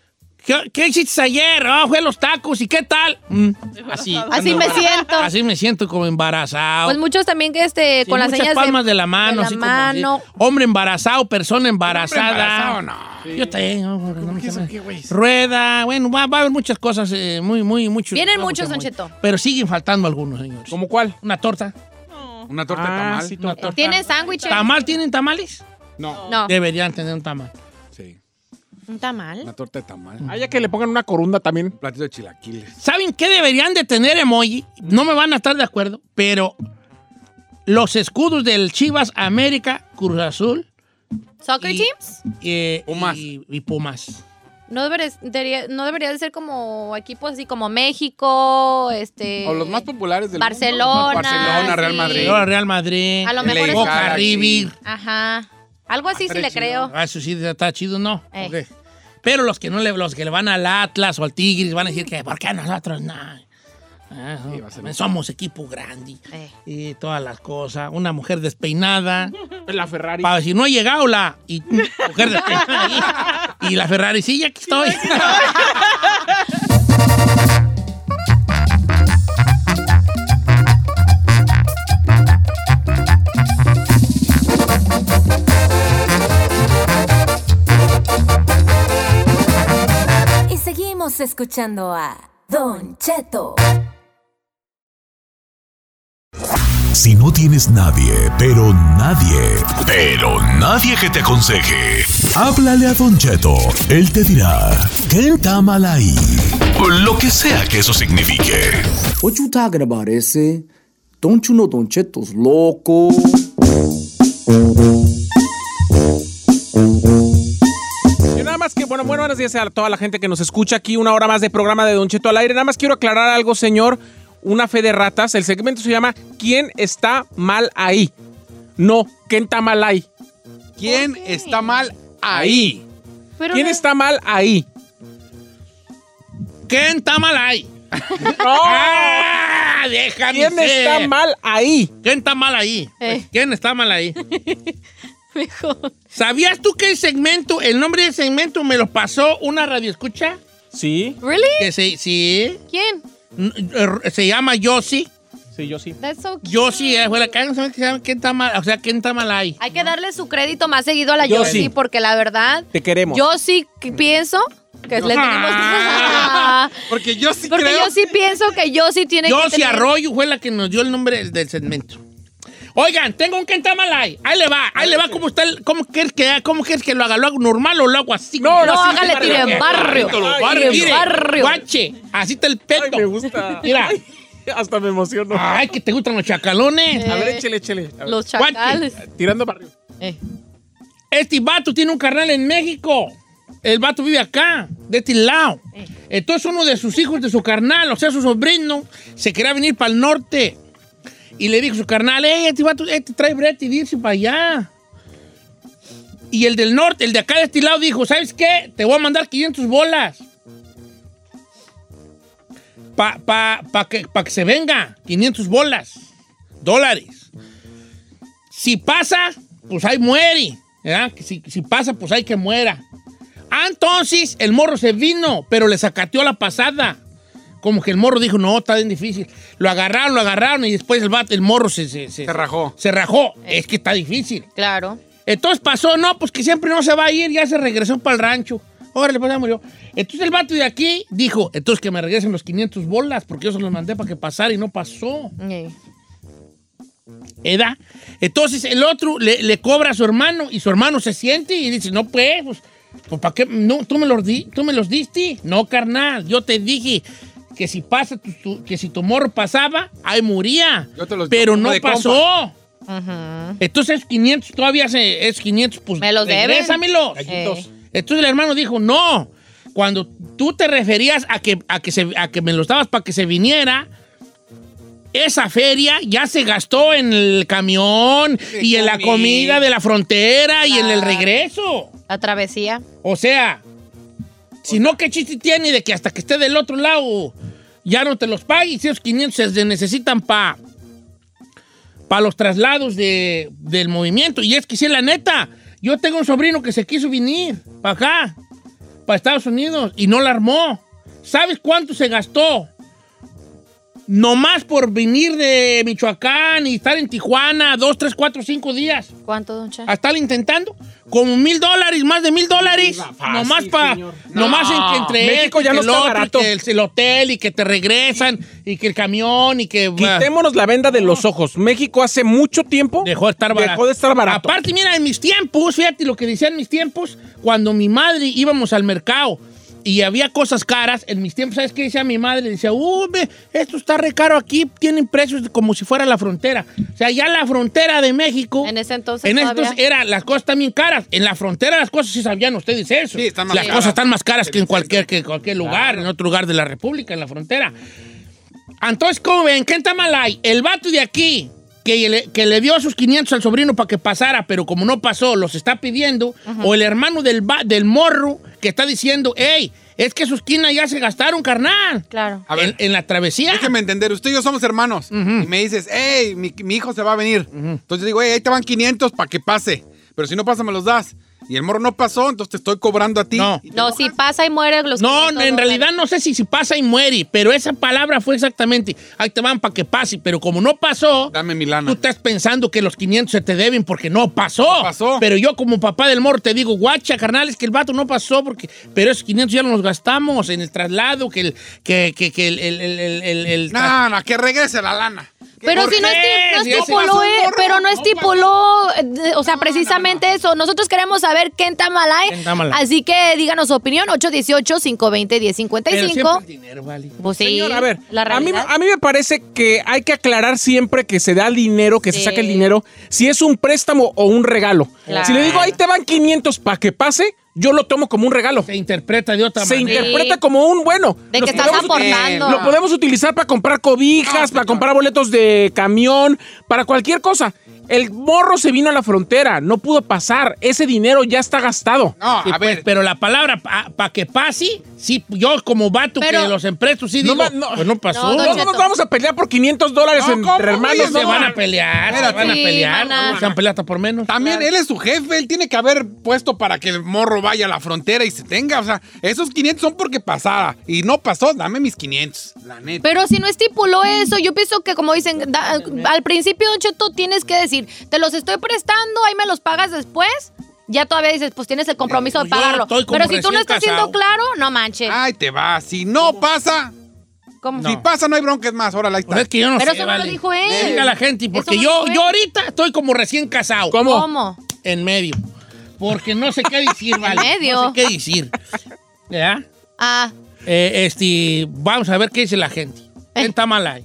[SPEAKER 1] ¿Qué, qué hiciste ayer? Ah, fue a los tacos. ¿Y qué tal? Mm, así.
[SPEAKER 2] Así me siento.
[SPEAKER 1] Así me siento como embarazado.
[SPEAKER 2] Pues muchos también que este,
[SPEAKER 1] Sí,
[SPEAKER 2] con las
[SPEAKER 1] muchas
[SPEAKER 2] señas
[SPEAKER 1] palmas de, la mano.
[SPEAKER 2] la
[SPEAKER 1] así como
[SPEAKER 2] mano.
[SPEAKER 1] así. hombre embarazado, persona embarazada.
[SPEAKER 4] embarazado, no.
[SPEAKER 1] Yo también. no, no, no,
[SPEAKER 4] que
[SPEAKER 1] no,
[SPEAKER 4] eso
[SPEAKER 1] no.
[SPEAKER 4] qué, güey?
[SPEAKER 1] Rueda, bueno, va, va a haber muchas cosas, eh, muy, muy, mucho.
[SPEAKER 2] Vienen
[SPEAKER 1] vamos
[SPEAKER 2] muchos,
[SPEAKER 1] a
[SPEAKER 2] Don
[SPEAKER 1] muy-
[SPEAKER 2] Cheto.
[SPEAKER 1] Pero siguen faltando algunos, señores.
[SPEAKER 3] ¿Cómo cuál?
[SPEAKER 1] Una torta.
[SPEAKER 4] Una torta de
[SPEAKER 3] Ah,
[SPEAKER 4] tamal.
[SPEAKER 3] sí,
[SPEAKER 1] Una
[SPEAKER 3] torta.
[SPEAKER 1] torta.
[SPEAKER 2] ¿Tiene sándwiches?
[SPEAKER 1] ¿Tamal tienen tamales?
[SPEAKER 4] No.
[SPEAKER 2] No.
[SPEAKER 1] Deberían tener un tamal.
[SPEAKER 4] Sí,
[SPEAKER 2] ¿Un tamal?
[SPEAKER 4] una torta de tamal.
[SPEAKER 2] Mm.
[SPEAKER 3] Ah, ya que le pongan una corunda
[SPEAKER 4] Un
[SPEAKER 3] también.
[SPEAKER 4] platito de chilaquiles.
[SPEAKER 1] ¿Saben qué deberían de tener emoji? No me van a estar de acuerdo, pero los escudos del Chivas, América, Cruz Azul
[SPEAKER 2] ¿Soccer
[SPEAKER 1] Y-
[SPEAKER 2] teams?
[SPEAKER 1] eh,
[SPEAKER 4] Pumas.
[SPEAKER 1] Y, y Pumas.
[SPEAKER 2] No debería, debería- no debería de ser como equipos así como México, este...
[SPEAKER 4] O los más populares del
[SPEAKER 2] Barcelona,
[SPEAKER 4] mundo. Barcelona, Real
[SPEAKER 2] sí.
[SPEAKER 4] Madrid.
[SPEAKER 1] Ahora Real Madrid.
[SPEAKER 2] A lo
[SPEAKER 4] El
[SPEAKER 2] mejor es-
[SPEAKER 1] Boca
[SPEAKER 4] Galaxy.
[SPEAKER 1] River.
[SPEAKER 2] Ajá. Algo así sí
[SPEAKER 4] Estaría
[SPEAKER 2] le
[SPEAKER 4] chido.
[SPEAKER 2] creo.
[SPEAKER 1] Ah, eso sí está chido, ¿no?
[SPEAKER 2] Ey.
[SPEAKER 1] Ok. Pero los que no le, los que le van al Atlas o al Tigres van a decir que ¿por qué a nosotros no? Ah,
[SPEAKER 4] Sí, va a ser-
[SPEAKER 1] somos equipo grande
[SPEAKER 2] Eh.
[SPEAKER 1] y todas las cosas. Una mujer despeinada.
[SPEAKER 3] La Ferrari.
[SPEAKER 1] Para si no ha llegado la y, mujer despeinada ahí. y la Ferrari, sí, ya que estoy.
[SPEAKER 5] Y seguimos escuchando a Don Cheto.
[SPEAKER 8] Si no tienes nadie, pero nadie, pero nadie que te aconseje, háblale a Don Cheto. Él te dirá, ¿qué está mal ahí? O Lo que sea que eso signifique.
[SPEAKER 9] What you talking about, ese? Don't you know Don Cheto's loco?
[SPEAKER 3] Yo nada más que, bueno, bueno, buenos días a toda la gente que nos escucha aquí, una hora más de programa de Don Cheto al aire. Nada más quiero aclarar algo, señor. Una fe de ratas. El segmento se llama ¿Quién está mal ahí? No, ¿quién está mal ahí?
[SPEAKER 4] ¿Quién está mal ahí?
[SPEAKER 2] Pero
[SPEAKER 3] ¿Quién
[SPEAKER 2] no-
[SPEAKER 3] está mal ahí?
[SPEAKER 1] ¿Qué está mal ahí?
[SPEAKER 3] No,
[SPEAKER 1] ¡Ah! Déjame
[SPEAKER 3] ¿Quién
[SPEAKER 1] ser.
[SPEAKER 3] está mal ahí?
[SPEAKER 1] ¿Quién está mal ahí?
[SPEAKER 2] Eh.
[SPEAKER 1] ¿Quién está mal ahí?
[SPEAKER 2] Mijo.
[SPEAKER 1] ¿Sabías tú que el segmento, el nombre del segmento me lo pasó una radioescucha?
[SPEAKER 3] Sí,
[SPEAKER 2] ¿Really?
[SPEAKER 1] Que se, sí,
[SPEAKER 2] ¿Quién?
[SPEAKER 1] n- eh, se llama Yossi.
[SPEAKER 3] sí, yo sí.
[SPEAKER 2] That's so cute.
[SPEAKER 1] Yossi, eh, fue la que ¿saben qué se llama? ¿Quién está mal? O sea, ¿quién está mal ahí?
[SPEAKER 2] Hay que darle su crédito más seguido a la
[SPEAKER 3] Yo
[SPEAKER 2] Yossi,
[SPEAKER 3] sí.
[SPEAKER 2] porque la verdad,
[SPEAKER 3] Te queremos.
[SPEAKER 2] yo sí que pienso que Pues le tenemos
[SPEAKER 1] Ah.
[SPEAKER 2] que...
[SPEAKER 4] Porque yo sí
[SPEAKER 2] Porque
[SPEAKER 4] creo.
[SPEAKER 2] yo sí pienso que yo sí tiene que
[SPEAKER 1] Yossi
[SPEAKER 2] tener-
[SPEAKER 1] Arroyo fue la que nos dio el nombre del, del segmento. Oigan, tengo un ¿quién está mal ahí? Ahí le va, ahí le va. ¿Cómo está? el- ¿Cómo quieres que, cómo quieres que lo haga? ¿Lo hago normal o lo hago así?
[SPEAKER 2] No, hágale tire en barrio.
[SPEAKER 1] Barrio,
[SPEAKER 2] Tire en
[SPEAKER 1] mire,
[SPEAKER 2] barrio.
[SPEAKER 1] Guache, así está el peto.
[SPEAKER 3] Ay, me gusta.
[SPEAKER 1] Mira.
[SPEAKER 3] Hasta me emociono.
[SPEAKER 1] Ay, que te gustan los
[SPEAKER 2] Eh,
[SPEAKER 1] chacalones.
[SPEAKER 3] A ver, échele, échele. A ver,
[SPEAKER 2] Los chacales.
[SPEAKER 3] Tirando barrio.
[SPEAKER 2] Eh.
[SPEAKER 1] Este vato tiene un carnal en México. El vato vive acá, de este lado. Entonces uno de sus hijos, de su carnal, o sea, su sobrino, se quería venir para el norte. Y le dijo a su carnal, hey, este vato, este trae brete y irse para allá. Y el del norte, el de acá de este lado, dijo, ¿sabes qué? Te voy a mandar 500 bolas. Para pa, pa que, pa que se venga, 500 bolas, dólares. Si pasa, pues ahí muere. ¿verdad? Que Si, si pasa, pues hay que muera. Ah, entonces el morro se vino, pero le sacateó la pasada. Como que el morro dijo, no, está bien difícil. Lo agarraron, lo agarraron y después el, vato- el morro se, se, se,
[SPEAKER 4] Se rajó.
[SPEAKER 1] se rajó. Es que está difícil.
[SPEAKER 2] Claro.
[SPEAKER 1] Entonces pasó, no, pues que siempre no se va a ir, ya se regresó para el rancho. Órale, pues ya murió. Entonces el vato de aquí dijo, entonces que me regresen los 500 bolas, porque yo se los mandé para que pasara y no pasó.
[SPEAKER 2] Eh.
[SPEAKER 1] ¿Edad? Entonces el otro le, le cobra a su hermano y su hermano se siente y dice, no, pues, pues, ¿para qué? No, ¿tú me, los di, ¿Tú me los diste? No, carnal, yo te dije que si pasa, tu- tu- que si tu morro pasaba, ahí moría.
[SPEAKER 4] Yo te los-
[SPEAKER 1] Pero
[SPEAKER 4] como
[SPEAKER 1] no
[SPEAKER 4] de compa.
[SPEAKER 1] pasó. Entonces 500 todavía se- es 500, pues
[SPEAKER 2] Me los deben.
[SPEAKER 1] regrésamelos.
[SPEAKER 2] Gallitos.
[SPEAKER 1] Entonces el hermano dijo, no, cuando tú te referías a que, a que, se- a que me los dabas para que se viniera, esa feria ya se gastó en el camión y en la
[SPEAKER 4] comida.
[SPEAKER 1] comida de la frontera y en el
[SPEAKER 2] Claro.
[SPEAKER 1] regreso.
[SPEAKER 2] La travesía.
[SPEAKER 1] O sea, si no, ¿qué chiste tiene de que hasta que esté del otro lado ya no te los pagues? Esos 500 se necesitan para pa los traslados de- del movimiento. Y es que sí, la neta, yo tengo un sobrino que se quiso venir para acá. para Estados Unidos y no la armó. ¿Sabes cuánto se gastó? Nomás por venir de Michoacán y estar en Tijuana dos, tres, cuatro, cinco días.
[SPEAKER 2] ¿Cuánto, don Che?
[SPEAKER 1] A estar intentando. Como mil dólares, más de mil dólares. Nomás para. Nomás en que entre esto
[SPEAKER 3] México
[SPEAKER 1] y
[SPEAKER 3] ya
[SPEAKER 1] que
[SPEAKER 3] no
[SPEAKER 1] el
[SPEAKER 3] está
[SPEAKER 1] otro, y
[SPEAKER 3] barato.
[SPEAKER 1] que el, el hotel y que te regresan y que el camión y que.
[SPEAKER 3] Quitémonos la venda de los ojos. México hace mucho tiempo
[SPEAKER 1] Dejó de estar barato.
[SPEAKER 3] dejó de estar barato.
[SPEAKER 1] Aparte, mira, en mis tiempos, fíjate lo que decían mis tiempos, cuando mi madre íbamos al mercado y había cosas caras, en mis tiempos, ¿sabes qué decía mi madre? Decía, uh, ve, esto está re caro aquí, tienen precios de- como si fuera la frontera. O sea, ya la frontera de México,
[SPEAKER 2] En
[SPEAKER 1] en,
[SPEAKER 2] ese entonces
[SPEAKER 1] estos
[SPEAKER 2] todavía.
[SPEAKER 1] eran las cosas también caras. En la frontera las cosas sí sabían ustedes eso.
[SPEAKER 4] Sí, están más
[SPEAKER 1] las
[SPEAKER 4] caras.
[SPEAKER 1] cosas están más caras que en cualquier, que en cualquier lugar, en otro lugar de la República, en la frontera. Entonces, ¿cómo ven? ¿Qué en Tamalay? El vato de aquí, que le, que le dio sus 500 al sobrino para que pasara, pero como no pasó, los está pidiendo. O el hermano del, va- del morro, que está diciendo, hey, es que sus quinas ya se gastaron, carnal.
[SPEAKER 2] Claro.
[SPEAKER 4] A ver.
[SPEAKER 1] En, en la travesía.
[SPEAKER 4] Déjeme entender, usted y yo somos hermanos. Y me dices, hey, mi, mi hijo se va a venir. Entonces yo digo, hey, ahí te van 500 para que pase. Pero si no pasa, me los das. Y el morro no pasó, entonces te estoy cobrando a ti.
[SPEAKER 1] No.
[SPEAKER 4] Y te
[SPEAKER 2] No,
[SPEAKER 4] enojas.
[SPEAKER 2] si pasa y muere los
[SPEAKER 1] No,
[SPEAKER 2] 500
[SPEAKER 1] en
[SPEAKER 2] dólares.
[SPEAKER 1] realidad no sé si, si pasa y muere, pero esa palabra fue exactamente, ahí te van para que pase, pero como no pasó,
[SPEAKER 4] Dame mi lana.
[SPEAKER 1] tú estás pensando que los 500 se te deben porque no pasó.
[SPEAKER 4] No pasó.
[SPEAKER 1] Pero yo como papá del mor te digo, guacha, carnal, es que el vato no pasó porque, pero esos 500 ya no los gastamos en el traslado, que el, que, que, que el, el, el, el- el- el-
[SPEAKER 4] No, no, que regrese la lana.
[SPEAKER 2] Pero
[SPEAKER 1] ¿Por
[SPEAKER 2] si no
[SPEAKER 1] qué?
[SPEAKER 2] es,
[SPEAKER 1] Si
[SPEAKER 2] tipo
[SPEAKER 1] ese pasó un morro,
[SPEAKER 2] pero no
[SPEAKER 1] no
[SPEAKER 2] estipuló, eh, de- o sea, precisamente eso. Nosotros queremos saber qué en Tamalay.
[SPEAKER 1] ¿Qué en Tamalay?
[SPEAKER 2] Así que díganos su opinión,
[SPEAKER 1] pero siempre
[SPEAKER 2] 818-520-1055.
[SPEAKER 1] el dinero, vale.
[SPEAKER 2] Pues sí,
[SPEAKER 3] Señor, a ver,
[SPEAKER 2] la
[SPEAKER 3] a, mí,
[SPEAKER 2] realidad.
[SPEAKER 3] a mí me parece que hay que aclarar siempre que se da el dinero, que
[SPEAKER 2] Sí.
[SPEAKER 3] se saca el dinero, si es un préstamo o un regalo.
[SPEAKER 2] Claro.
[SPEAKER 3] Si le digo, ahí te van 500 para que pase, yo lo tomo como un regalo.
[SPEAKER 1] Se interpreta de otra
[SPEAKER 3] Se
[SPEAKER 1] manera.
[SPEAKER 3] interpreta como un bueno.
[SPEAKER 2] De
[SPEAKER 3] lo
[SPEAKER 2] que estás
[SPEAKER 3] podemos-
[SPEAKER 2] aportando.
[SPEAKER 3] Lo podemos utilizar para comprar cobijas, para comprar boletos de camión, para cualquier cosa. El morro se vino a la frontera, no pudo pasar. Ese dinero ya está gastado.
[SPEAKER 4] No,
[SPEAKER 1] Sí,
[SPEAKER 4] Ah, a
[SPEAKER 1] pues,
[SPEAKER 4] ver.
[SPEAKER 1] pero la palabra para que pase, sí, yo como vato
[SPEAKER 2] Pero-
[SPEAKER 1] que los empresto, sí
[SPEAKER 3] No
[SPEAKER 1] digo,
[SPEAKER 3] ma- no.
[SPEAKER 1] pues no pasó.
[SPEAKER 2] No, don
[SPEAKER 3] No
[SPEAKER 2] Cheto.
[SPEAKER 3] nos vamos a pelear por 500 dólares
[SPEAKER 4] No, ¿cómo,
[SPEAKER 3] entre hermanos.
[SPEAKER 4] güey?
[SPEAKER 1] se
[SPEAKER 3] Ah, no.
[SPEAKER 1] van a pelear, se
[SPEAKER 4] Espérate.
[SPEAKER 1] van a
[SPEAKER 2] Sí,
[SPEAKER 1] pelear.
[SPEAKER 2] van a-
[SPEAKER 1] Se han peleado hasta por menos.
[SPEAKER 4] También él es su jefe, él tiene que haber puesto para que el morro vaya a la frontera y se tenga. O sea, esos 500 son porque pasara. Y no pasó, dame mis 500. La neta.
[SPEAKER 2] Pero si no estipuló eso, yo pienso que como dicen, da- al principio, Don Cheto, tienes que decir, te los estoy prestando, ahí me los pagas después. Ya todavía dices, pues tienes el compromiso de
[SPEAKER 1] Yo
[SPEAKER 2] pagarlo.
[SPEAKER 1] estoy como
[SPEAKER 2] Pero si tú no
[SPEAKER 1] recién
[SPEAKER 2] estás
[SPEAKER 1] casado. Ah,
[SPEAKER 2] siendo claro, no manches.
[SPEAKER 4] Ay, te va. Si no pasa,
[SPEAKER 2] ¿Cómo?
[SPEAKER 4] si pasa, no hay bronca es más. Órale, ahí está.
[SPEAKER 1] Pues es que yo no
[SPEAKER 2] Pero
[SPEAKER 1] sé,
[SPEAKER 2] eso no lo
[SPEAKER 1] vale.
[SPEAKER 2] dijo él.
[SPEAKER 1] Diga la gente, porque
[SPEAKER 2] Eso no
[SPEAKER 1] yo,
[SPEAKER 2] lo dijo
[SPEAKER 1] yo
[SPEAKER 2] él.
[SPEAKER 1] ahorita estoy como recién casado.
[SPEAKER 3] ¿Cómo?
[SPEAKER 2] ¿Cómo?
[SPEAKER 1] En medio. Porque no sé qué decir, vale.
[SPEAKER 2] medio.
[SPEAKER 1] No sé qué decir. ¿Ya?
[SPEAKER 2] Ah,
[SPEAKER 1] Eh, este, vamos a ver qué dice la gente. ¿Quién está mal ahí?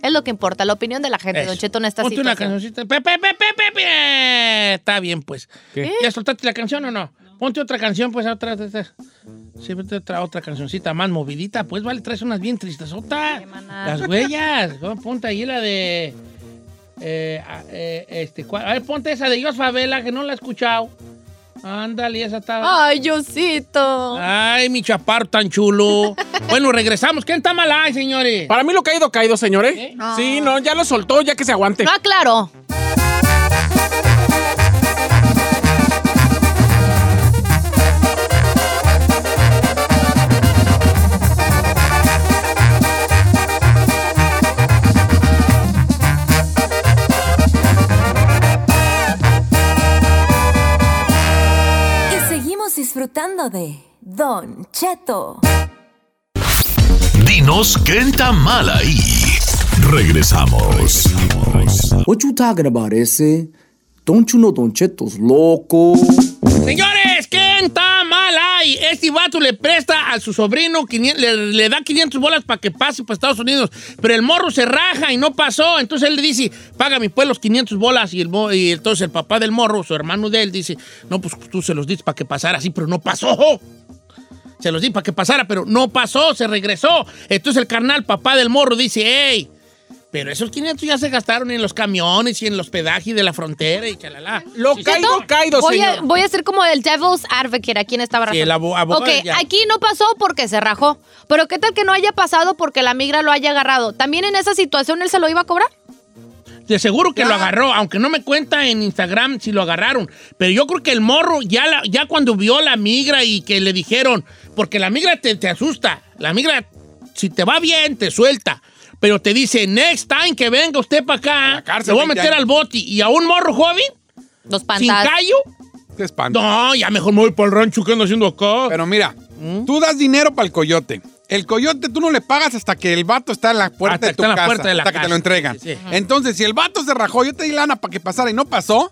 [SPEAKER 2] es lo que importa, la opinión de la gente,
[SPEAKER 1] Eso.
[SPEAKER 2] Don Cheto, en esta
[SPEAKER 1] Ponte una
[SPEAKER 2] situación.
[SPEAKER 1] cancioncita. Pepe, pepe, pepe. Está bien, pues.
[SPEAKER 3] ¿Qué?
[SPEAKER 1] ¿Ya soltaste la canción o no? Ponte otra canción, pues, otra, otra, otra. Sí, ponte otra, otra cancioncita más movidita, pues, vale, traes unas bien tristes. otras. Las huellas. ¿no? Ponte ahí la de. eh, a- eh, este, ¿cuál? a ver, ponte esa de Jos Favela, que no la he escuchado. Ándale, esa está.
[SPEAKER 2] Ay,
[SPEAKER 1] Ah,
[SPEAKER 2] Diosito.
[SPEAKER 1] Ay, mi chaparro tan chulo. bueno, regresamos. ¿Quién está mal ahí, señores?
[SPEAKER 3] Para mí lo caído, caído, señores.
[SPEAKER 1] ¿Eh?
[SPEAKER 3] Sí, no, ya lo soltó, ya que se aguante.
[SPEAKER 2] No aclaró.
[SPEAKER 5] Y seguimos disfrutando de Don Cheto.
[SPEAKER 8] Dinos qué está mal ahí. Regresamos.
[SPEAKER 9] What you talking about ese? Don't you know Don Cheto's loco?
[SPEAKER 1] Señores, ¿quién está mal ahí? Este vato le presta a su sobrino, 500 le, le da 500 bolas para que pase para Estados Unidos, pero el morro se raja y no pasó. Entonces él le dice, págame pues los 500 bolas. Y, el, mo- y entonces el papá del morro, su hermano de él, dice, no, pues tú se los diste para que pasara así, pero no pasó. Se los di para que pasara, pero no pasó, se regresó. Entonces el carnal, papá del morro, dice, hey, pero esos 500 ya se gastaron en los camiones y en el hospedaje de la frontera y chalala.
[SPEAKER 3] Lo
[SPEAKER 1] Sí,
[SPEAKER 3] caído,
[SPEAKER 2] Cheto,
[SPEAKER 3] caído,
[SPEAKER 2] voy
[SPEAKER 3] señor.
[SPEAKER 2] A, voy a ser como el devil's advocate aquí en esta barra.
[SPEAKER 1] Sí, el abo- abogado
[SPEAKER 2] Ok,
[SPEAKER 1] ya.
[SPEAKER 2] aquí no pasó porque se rajó. Pero ¿qué tal que no haya pasado porque la migra lo haya agarrado? ¿También en esa situación él se lo iba a cobrar?
[SPEAKER 1] De seguro que lo agarró, aunque no me cuenta en Instagram si lo agarraron. Pero yo creo que el morro, ya, la- ya cuando vio la migra y que le dijeron, porque la migra te, te asusta, la migra, si te va bien, te suelta. Pero te dice, next time que venga usted para acá,
[SPEAKER 4] cárcel,
[SPEAKER 1] se voy a
[SPEAKER 4] 20
[SPEAKER 1] meter
[SPEAKER 4] años".
[SPEAKER 1] al boti. Y a un morro joven,
[SPEAKER 2] Los
[SPEAKER 1] sin
[SPEAKER 2] pantas.
[SPEAKER 1] callo,
[SPEAKER 4] Te espanta.
[SPEAKER 1] no, ya mejor me voy para el rancho que ando haciendo acá.
[SPEAKER 4] Pero mira, tú das dinero para el coyote. El coyote tú no le pagas hasta que el vato está en la puerta
[SPEAKER 1] Hasta
[SPEAKER 4] de
[SPEAKER 1] que
[SPEAKER 4] tu
[SPEAKER 1] está en la
[SPEAKER 4] casa,
[SPEAKER 1] puerta de la
[SPEAKER 4] hasta que
[SPEAKER 1] casa.
[SPEAKER 4] te lo entregan.
[SPEAKER 1] Sí, sí.
[SPEAKER 4] Entonces, si el vato se rajó, yo te di lana para que pasara y no pasó,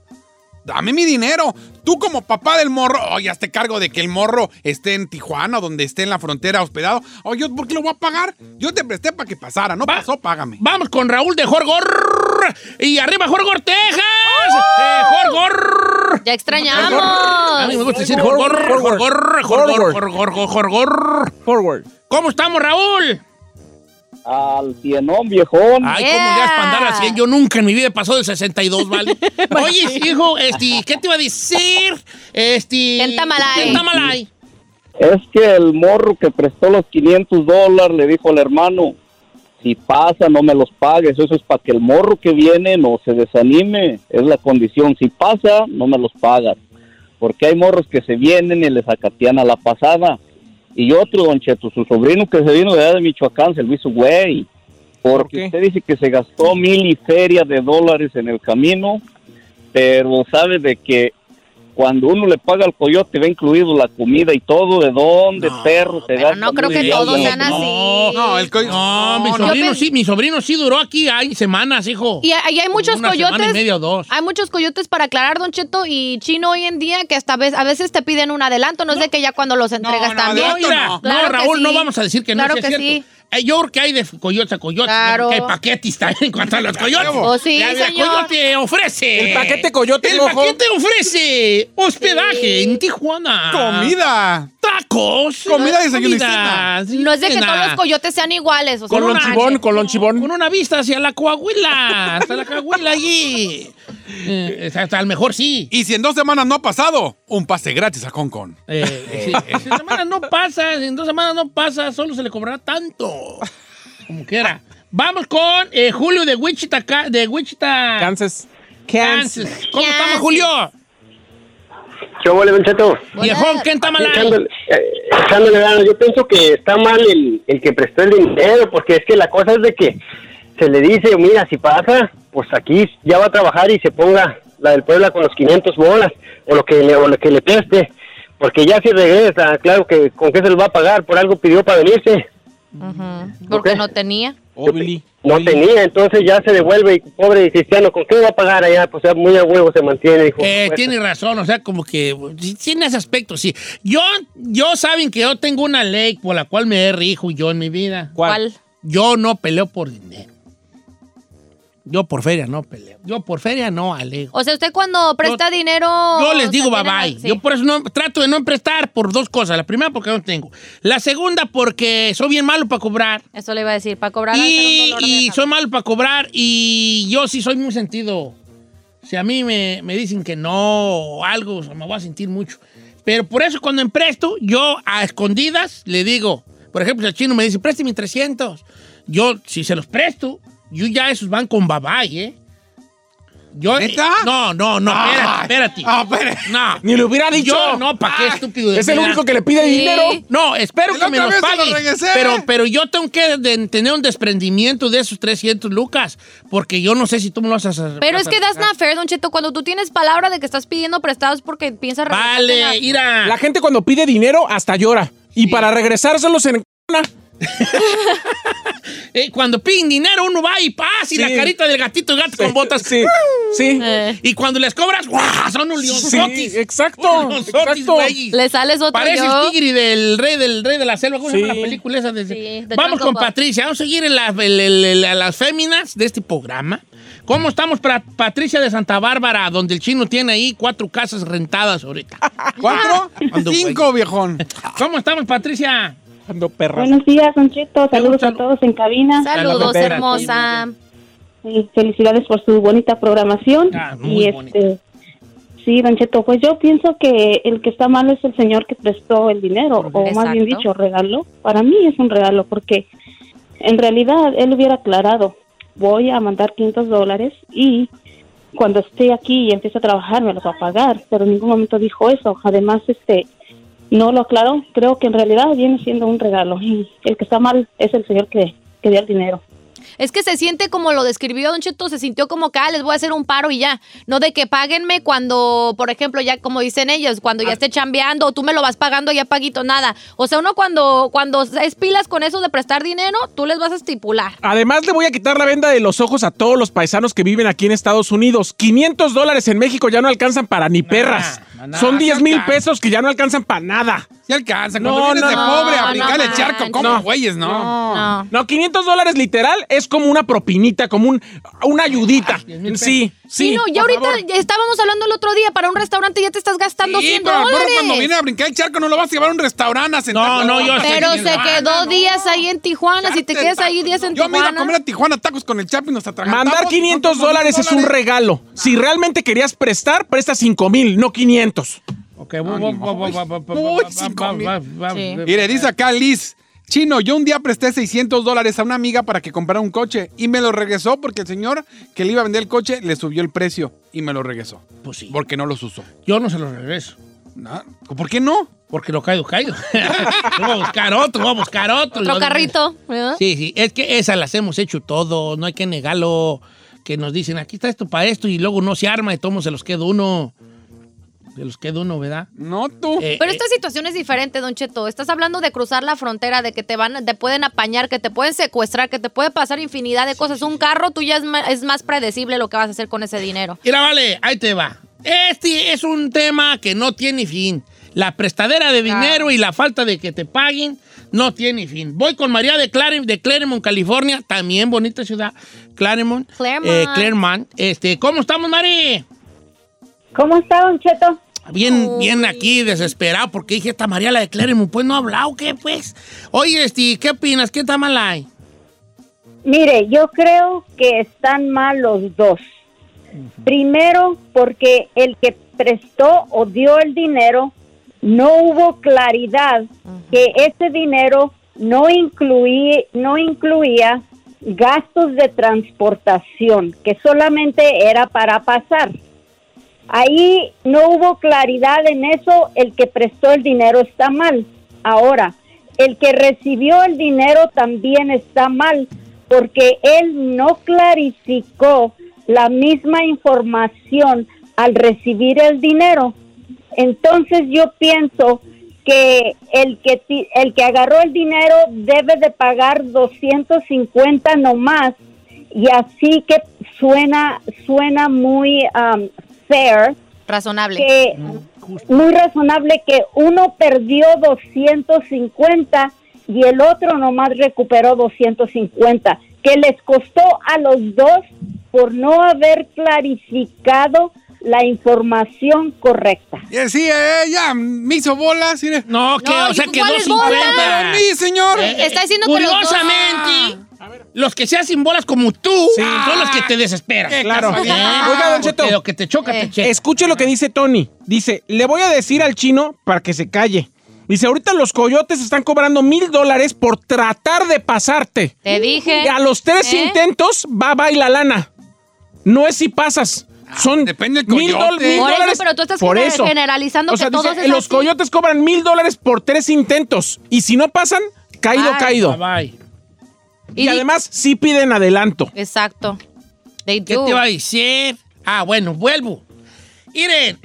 [SPEAKER 4] dame mi dinero. Tú como papá del morro, oye, hazte cargo de que el morro esté en Tijuana, donde esté en la frontera hospedado. Oye, yo, ¿por qué lo voy a pagar? Yo te presté para que pasara, no
[SPEAKER 1] Va-
[SPEAKER 4] pasó, págame.
[SPEAKER 1] Vamos con Raúl de Jorgor. Y arriba Jorgor, Texas.
[SPEAKER 4] ¡Oh!
[SPEAKER 1] Eh, Jorgor.
[SPEAKER 2] Ya
[SPEAKER 1] A mí me
[SPEAKER 2] extrañamos.
[SPEAKER 1] gusta decir
[SPEAKER 3] Jorgor,
[SPEAKER 1] Jorgor, Jorgor,
[SPEAKER 3] Jorgor,
[SPEAKER 1] Jorgor, Jorgor, Jorgor, Jorgor.
[SPEAKER 3] Forward.
[SPEAKER 1] ¿Cómo estamos, Raúl?
[SPEAKER 7] Al cienón, viejón.
[SPEAKER 1] Ay,
[SPEAKER 2] Yeah.
[SPEAKER 1] cómo le has para andar al 100. Yo nunca en mi vida he pasado del 62, ¿vale? Oye, hijo, este, ¿qué te iba a decir? Este...
[SPEAKER 2] Kentamalai.
[SPEAKER 1] Kentamalai.
[SPEAKER 7] Es que el morro que prestó los 500 dólares le dijo al hermano, si pasa no me los pagues, eso es para que el morro que viene no se desanime, es la condición, si pasa no me los pagas, porque hay morros que se vienen y les acatean a la pasada. Y otro, don Cheto, su sobrino que se vino de allá de Michoacán, se lo hizo güey, porque
[SPEAKER 3] qué?
[SPEAKER 7] usted dice que se gastó mil y feria de dólares en el camino, pero sabe de que cuando uno le paga al coyote va incluido la comida y todo, de dónde
[SPEAKER 1] No,
[SPEAKER 7] perro se
[SPEAKER 2] Pero
[SPEAKER 7] gasta.
[SPEAKER 2] no creo
[SPEAKER 7] uno
[SPEAKER 2] que
[SPEAKER 7] y
[SPEAKER 2] todos
[SPEAKER 7] anda?
[SPEAKER 2] sean así.
[SPEAKER 4] No, el coyote...
[SPEAKER 1] No, mi
[SPEAKER 2] no. Yo
[SPEAKER 1] sobrino
[SPEAKER 2] pens-
[SPEAKER 1] sí, mi sobrino sí duró aquí hay semanas, hijo.
[SPEAKER 2] Y ahí hay muchos
[SPEAKER 1] Una semana
[SPEAKER 2] coyotes.
[SPEAKER 1] y media o dos.
[SPEAKER 2] Hay muchos coyotes para aclarar, Don Cheto, y Chino hoy en día que hasta a veces, a veces te piden un adelanto, no es de que ya cuando los entregas
[SPEAKER 4] no,
[SPEAKER 2] también.
[SPEAKER 1] No,
[SPEAKER 4] Esto
[SPEAKER 1] mira,
[SPEAKER 4] no.
[SPEAKER 1] no,
[SPEAKER 2] Claro que
[SPEAKER 1] Raúl,
[SPEAKER 2] sí.
[SPEAKER 1] no vamos a decir que no
[SPEAKER 2] Claro
[SPEAKER 1] sí es
[SPEAKER 2] que
[SPEAKER 1] cierto.
[SPEAKER 2] sí.
[SPEAKER 1] Eh, yo creo que hay de coyote a coyote,
[SPEAKER 2] Claro.
[SPEAKER 1] porque hay paquetes también en cuanto a los coyotes.
[SPEAKER 2] Oh, sí,
[SPEAKER 1] La- la
[SPEAKER 2] señor.
[SPEAKER 1] coyote ofrece.
[SPEAKER 3] El paquete coyote,
[SPEAKER 1] El
[SPEAKER 3] rojo.
[SPEAKER 1] paquete ofrece hospedaje en Tijuana.
[SPEAKER 4] Comida.
[SPEAKER 1] Tacos.
[SPEAKER 4] Comida, desayuno y
[SPEAKER 1] Comida,
[SPEAKER 2] No es de que
[SPEAKER 1] cena.
[SPEAKER 2] todos los coyotes sean iguales. O sea,
[SPEAKER 1] Con
[SPEAKER 2] no
[SPEAKER 1] lonchibón,
[SPEAKER 2] manches.
[SPEAKER 3] con lonchibón.
[SPEAKER 1] Con una vista hacia la Coahuila. Hasta la Coahuila allí. Eh, hasta el mejor sí.
[SPEAKER 4] Y si en dos semanas no ha pasado, un pase gratis a Hong Kong.
[SPEAKER 1] Eh, sí, en semanas no pasa, en dos semanas no pasa, solo se le cobrará tanto. Como quiera. Vamos con eh, Julio de Wichita, Ca- de Wichita,
[SPEAKER 3] Kansas.
[SPEAKER 1] Kansas. ¿Cómo
[SPEAKER 2] Kansas.
[SPEAKER 1] estamos, Julio?
[SPEAKER 7] ¿Qué huele, Don Cheto?
[SPEAKER 1] Viejón, ¿qué está mal ahí?
[SPEAKER 7] Echándole, eh, echándole ganas. Yo pienso que está mal el, el que prestó el dinero, porque es que la cosa es de que se le dice, mira, si pasa, pues aquí ya va a trabajar y se ponga la del Puebla con los 500 bolas, o lo que le, o lo que le preste, porque ya si regresa, claro que con qué se lo va a pagar, por algo pidió para venirse.
[SPEAKER 2] Ujú, Porque
[SPEAKER 7] Ok.
[SPEAKER 2] no tenía.
[SPEAKER 3] Obli.
[SPEAKER 7] No tenía, entonces ya se devuelve y pobre cristiano, ¿con qué va a pagar allá? Pues ya muy a huevo se mantiene, dijo.
[SPEAKER 1] Eh,
[SPEAKER 7] Pues,
[SPEAKER 1] tiene razón, o sea, como que sí, tiene ese aspecto, sí. Yo, yo saben que yo tengo una ley por la cual me rijo yo en mi vida.
[SPEAKER 3] ¿Cuál?
[SPEAKER 1] Yo no peleo por dinero. Yo por feria no peleo. Yo por feria no alego.
[SPEAKER 2] O sea, usted cuando presta dinero.
[SPEAKER 1] Yo les digo bye
[SPEAKER 2] o sea,
[SPEAKER 1] bye.
[SPEAKER 2] tiene-
[SPEAKER 1] Yo
[SPEAKER 2] sí.
[SPEAKER 1] por eso no, trato de no prestar por dos cosas. La primera porque no tengo. La segunda porque soy bien malo para cobrar.
[SPEAKER 2] Eso le iba a decir, para cobrar. va a ser un
[SPEAKER 1] Y,
[SPEAKER 2] dolor de
[SPEAKER 1] y
[SPEAKER 2] cabeza.
[SPEAKER 1] soy malo para cobrar y yo sí soy muy sentido. Si a mí me, me dicen que no o algo, o sea, me voy a sentir mucho. Pero por eso cuando empresto, yo a escondidas le digo, por ejemplo, si el chino me dice, préstame 300. Yo, si se los presto, yo ya esos van con babay, ¿eh? Yo,
[SPEAKER 4] ¿Neta?
[SPEAKER 1] no, no, no, espérate, espérate.
[SPEAKER 4] Ah, espérate.
[SPEAKER 1] No.
[SPEAKER 3] Ni le hubiera dicho.
[SPEAKER 1] Yo no, ¿para qué
[SPEAKER 4] Ah,
[SPEAKER 1] estúpido? de
[SPEAKER 3] Es el
[SPEAKER 1] veras.
[SPEAKER 3] único que le pide
[SPEAKER 2] Sí.
[SPEAKER 3] dinero.
[SPEAKER 1] No, espero
[SPEAKER 4] La
[SPEAKER 1] que me
[SPEAKER 4] otra
[SPEAKER 1] los
[SPEAKER 4] vez se lo
[SPEAKER 1] pagues.
[SPEAKER 4] regresé.
[SPEAKER 1] Pero, pero yo tengo que de- tener un desprendimiento de esos 300 lucas, porque yo no sé si tú me lo vas a hacer.
[SPEAKER 2] Pero es que das una fair, Don Cheto. Cuando tú tienes palabra de que estás pidiendo prestados porque piensas.
[SPEAKER 1] Vale,
[SPEAKER 2] regresártela.
[SPEAKER 1] ira.
[SPEAKER 3] La gente cuando pide dinero hasta llora. Y para regresárselos en
[SPEAKER 1] Eh, cuando piden dinero, uno va y pasa y la
[SPEAKER 3] Sí.
[SPEAKER 1] carita del gatito y gato con botas.
[SPEAKER 3] Sí. Sí.
[SPEAKER 2] Eh,
[SPEAKER 1] Y cuando les cobras, ¡guau! Son un
[SPEAKER 3] Sí,
[SPEAKER 1] leonzotis.
[SPEAKER 3] exacto.
[SPEAKER 1] Unos leonzotis,
[SPEAKER 3] Exacto.
[SPEAKER 1] güeyes.
[SPEAKER 2] Le sales otro
[SPEAKER 1] Parece
[SPEAKER 2] yo.
[SPEAKER 1] el tigre del rey del rey de la selva. ¿Cómo se
[SPEAKER 3] Sí.
[SPEAKER 1] llama la película esa? De-
[SPEAKER 2] Sí, de
[SPEAKER 1] Vamos
[SPEAKER 2] Tango
[SPEAKER 1] con
[SPEAKER 2] Pop.
[SPEAKER 1] Patricia. Vamos a seguir en la- el- el- el- a las féminas de este programa. ¿Cómo estamos para Patricia de Santa Bárbara, donde el chino tiene ahí cuatro casas rentadas ahorita?
[SPEAKER 4] ¿Cuatro?
[SPEAKER 1] Ando,
[SPEAKER 4] Cinco, viejón.
[SPEAKER 1] ¿Cómo estamos, Patricia?
[SPEAKER 3] Ando perra.
[SPEAKER 10] Buenos días, Don Cheto. Saludos
[SPEAKER 1] Salud.
[SPEAKER 10] a todos en cabina.
[SPEAKER 2] Saludos,
[SPEAKER 1] Espérate.
[SPEAKER 2] hermosa.
[SPEAKER 10] Sí, felicidades por su bonita programación.
[SPEAKER 1] Ah, muy
[SPEAKER 10] y
[SPEAKER 1] bonita.
[SPEAKER 10] este, sí, Don Cheto, pues yo pienso que el que está mal es el señor que prestó el dinero, o
[SPEAKER 2] Exacto.
[SPEAKER 10] más bien dicho, regaló. Para mí es un regalo, porque en realidad él hubiera aclarado. voy a mandar 500 dólares y cuando esté aquí y empiece a trabajar me los va a pagar, pero en ningún momento dijo eso. Además, este, no lo aclaró. Creo que en realidad viene siendo un regalo y el que está mal es el señor que, que dio el dinero.
[SPEAKER 2] Es que se siente como lo describió Don Cheto, se sintió como que ah, les voy a hacer un paro y ya. No de que páguenme cuando, por ejemplo, ya como dicen ellos, cuando
[SPEAKER 1] Ah.
[SPEAKER 2] ya esté chambeando, o tú me lo vas pagando ya paguito nada. O sea, uno cuando, cuando es pilas con eso de prestar dinero, tú les vas a estipular.
[SPEAKER 3] Además, le voy a quitar la venda de los ojos a todos los paisanos que viven aquí en Estados Unidos. 500 dólares en México ya no alcanzan para ni perras.
[SPEAKER 1] nah,
[SPEAKER 3] Son
[SPEAKER 1] sí
[SPEAKER 3] 10 mil
[SPEAKER 1] alcanza.
[SPEAKER 3] pesos que ya no alcanzan para nada.
[SPEAKER 1] Se alcanza.
[SPEAKER 3] No,
[SPEAKER 1] Cuando vienes
[SPEAKER 3] no,
[SPEAKER 1] de pobre,
[SPEAKER 3] no,
[SPEAKER 1] aplicar el
[SPEAKER 3] no
[SPEAKER 1] charco. ¿Cómo,
[SPEAKER 3] manches.
[SPEAKER 1] güeyes? No.
[SPEAKER 3] No. No, 500 dólares literal es como una propinita, como un, una ayudita. sí, sí.
[SPEAKER 2] Sí, no, ya
[SPEAKER 3] por
[SPEAKER 2] ahorita
[SPEAKER 3] favor.
[SPEAKER 2] ya estábamos hablando el otro día, para un restaurante ya te estás gastando
[SPEAKER 1] Sí,
[SPEAKER 2] 100
[SPEAKER 1] pero el burro
[SPEAKER 2] dólares.
[SPEAKER 1] cuando viene a brincar el charco no lo vas a llevar a un restaurante a sentar.
[SPEAKER 4] No, no, yo sé
[SPEAKER 2] Pero
[SPEAKER 4] que-
[SPEAKER 2] se
[SPEAKER 4] Ah,
[SPEAKER 2] quedó días ahí en Tijuana, si te quedas ahí días en
[SPEAKER 1] Yo me iba a
[SPEAKER 2] Tijuana.
[SPEAKER 1] comer a Tijuana tacos con el Chapi y nos atragantamos.
[SPEAKER 3] Mandar 500 dólares es un regalo. Si realmente querías prestar, presta 5 mil, no 500.
[SPEAKER 1] Ok, voy.
[SPEAKER 4] Y le dice acá Liz, Chino, yo un día presté 600 dólares a una amiga para que comprara un coche y me lo regresó porque el señor que le iba a vender el coche le subió el precio y me lo regresó.
[SPEAKER 1] Pues sí.
[SPEAKER 4] Porque no los usó.
[SPEAKER 1] Yo no se los regreso.
[SPEAKER 4] No, ¿Por qué no?
[SPEAKER 1] Porque lo caído, caído. voy a buscar otro, voy a buscar otro.
[SPEAKER 2] Otro carrito, ¿verdad?
[SPEAKER 1] Sí, sí, es que esas las hemos hecho todos, no hay que negarlo. Que nos dicen, aquí está esto para esto, y luego no se arma y tomo, se los queda uno. Se los queda uno, ¿verdad?
[SPEAKER 4] No, tú.
[SPEAKER 1] Eh,
[SPEAKER 2] Pero
[SPEAKER 1] eh,
[SPEAKER 2] esta situación es diferente, Don Cheto. Estás hablando de cruzar la frontera, de que te van, te pueden apañar, que te pueden secuestrar, que te puede pasar infinidad de cosas. Un carro, tú ya es ma- es más, predecible lo que vas a hacer con ese dinero.
[SPEAKER 1] Mira, vale, ahí te va. Este es un tema que no tiene fin. La prestadera de dinero y la falta de que te paguen no tiene fin. Voy con María de, Clare- de Claremont, California, también bonita ciudad, Claremont.
[SPEAKER 2] Claremont.
[SPEAKER 1] Eh, Claremont. Este, ¿Cómo estamos, Mari?
[SPEAKER 10] ¿Cómo está, Don Cheto?
[SPEAKER 1] Bien, bien aquí, desesperado, porque dije, esta María la de Claremont, pues no ha hablado, ¿qué pues? Oye, este, ¿qué opinas? ¿Qué está mal ahí?
[SPEAKER 10] Mire, yo creo que están mal los dos. Primero, porque el que prestó o dio el dinero, no hubo claridad que ese dinero no, incluí- no incluía gastos de transportación, que solamente era para pasar. Ahí no hubo claridad en eso, el que prestó el dinero está mal. Ahora, el que recibió el dinero también está mal, porque él no clarificó la misma información al recibir el dinero. Entonces yo pienso que el que ti- el que agarró el dinero debe de pagar 250 nomás y así que suena suena muy um, fair
[SPEAKER 2] Razonable.
[SPEAKER 10] que muy razonable que uno perdió 250 y el otro nomás recuperó 250, que les costó a los dos por no haber clarificado la información correcta.
[SPEAKER 4] Y sí, eh, ya, me hizo bolas. mire.
[SPEAKER 1] No, que,
[SPEAKER 2] No,
[SPEAKER 1] o sea,
[SPEAKER 2] ¿y
[SPEAKER 1] que
[SPEAKER 2] cuáles
[SPEAKER 1] 250.
[SPEAKER 2] bolas?
[SPEAKER 4] Sí, señor.
[SPEAKER 1] Eh,
[SPEAKER 2] Está diciendo que los dos- Ah,
[SPEAKER 1] Curiosamente, los que se hacen bolas como tú
[SPEAKER 3] Sí.
[SPEAKER 1] son los que te desesperan.
[SPEAKER 3] Claro.
[SPEAKER 1] ¿Eh?
[SPEAKER 3] Oiga, Don Cheto.
[SPEAKER 1] Porque Lo que te choca,
[SPEAKER 2] Eh.
[SPEAKER 1] te checa.
[SPEAKER 3] Escuche lo que dice Tony. Dice, le voy a decir al chino para que se calle. Dice, ahorita los coyotes están cobrando mil dólares por tratar de pasarte.
[SPEAKER 1] uh,
[SPEAKER 2] Te dije.
[SPEAKER 3] Y a los tres
[SPEAKER 2] ¿Eh?
[SPEAKER 3] intentos va, va y la lana. No es si pasas. Son
[SPEAKER 4] depende del
[SPEAKER 3] mil,
[SPEAKER 4] coyote.
[SPEAKER 3] dol- mil
[SPEAKER 2] Por eso,
[SPEAKER 3] dólares.
[SPEAKER 2] pero tú estás gener- generalizando que todos es
[SPEAKER 3] los
[SPEAKER 2] así.
[SPEAKER 3] coyotes cobran mil dólares por tres intentos. Y si no pasan, caído,
[SPEAKER 2] Ay,
[SPEAKER 3] caído.
[SPEAKER 1] Ah, Bye, bye.
[SPEAKER 3] Y,
[SPEAKER 2] di-
[SPEAKER 3] además, sí piden adelanto.
[SPEAKER 2] Exacto. They
[SPEAKER 1] ¿Qué
[SPEAKER 2] do.
[SPEAKER 1] te va a decir? Ah, bueno, vuelvo. Miren,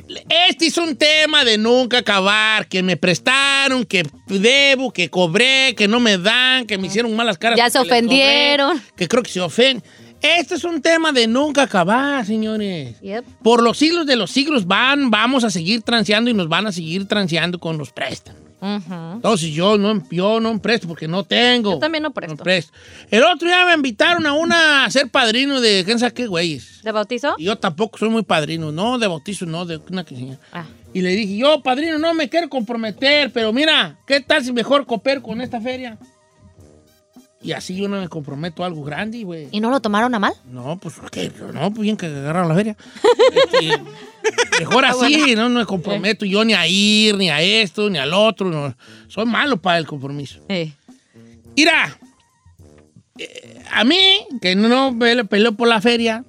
[SPEAKER 1] este es un tema de nunca acabar, que me prestaron, que debo, que cobré, que no me dan, que me hicieron malas caras.
[SPEAKER 2] Ya se
[SPEAKER 1] porque les cobré,
[SPEAKER 2] ofendieron.
[SPEAKER 1] que creo que se ofenden. Este es un tema de nunca acabar, señores.
[SPEAKER 2] Yep.
[SPEAKER 1] Por los siglos de los siglos van, vamos a seguir transeando y nos van a seguir transeando con los préstamos.
[SPEAKER 2] Ujú.
[SPEAKER 1] Entonces yo no, yo no presto porque no tengo.
[SPEAKER 2] Yo también no presto.
[SPEAKER 1] No presto. El otro día me invitaron a una a ser padrino de quién sabe qué güeyes.
[SPEAKER 2] ¿De bautizo?
[SPEAKER 1] Y yo tampoco soy muy padrino, no de bautizo, no de una quinceañera.
[SPEAKER 2] Ah.
[SPEAKER 1] Y le dije, yo padrino no me quiero comprometer, pero mira, ¿qué tal si mejor cooper con esta feria? Y así yo no me comprometo a algo grande, güey.
[SPEAKER 2] ¿Y no lo tomaron a mal?
[SPEAKER 1] No, pues ¿qué? no, pues bien que agarraron la feria. Este, mejor así, no, no me comprometo yo ni a ir, ni a esto, ni al otro. no. Soy malo para el compromiso.
[SPEAKER 2] Eh.
[SPEAKER 1] Mira, eh, a mí, que no pe- peleó por la feria,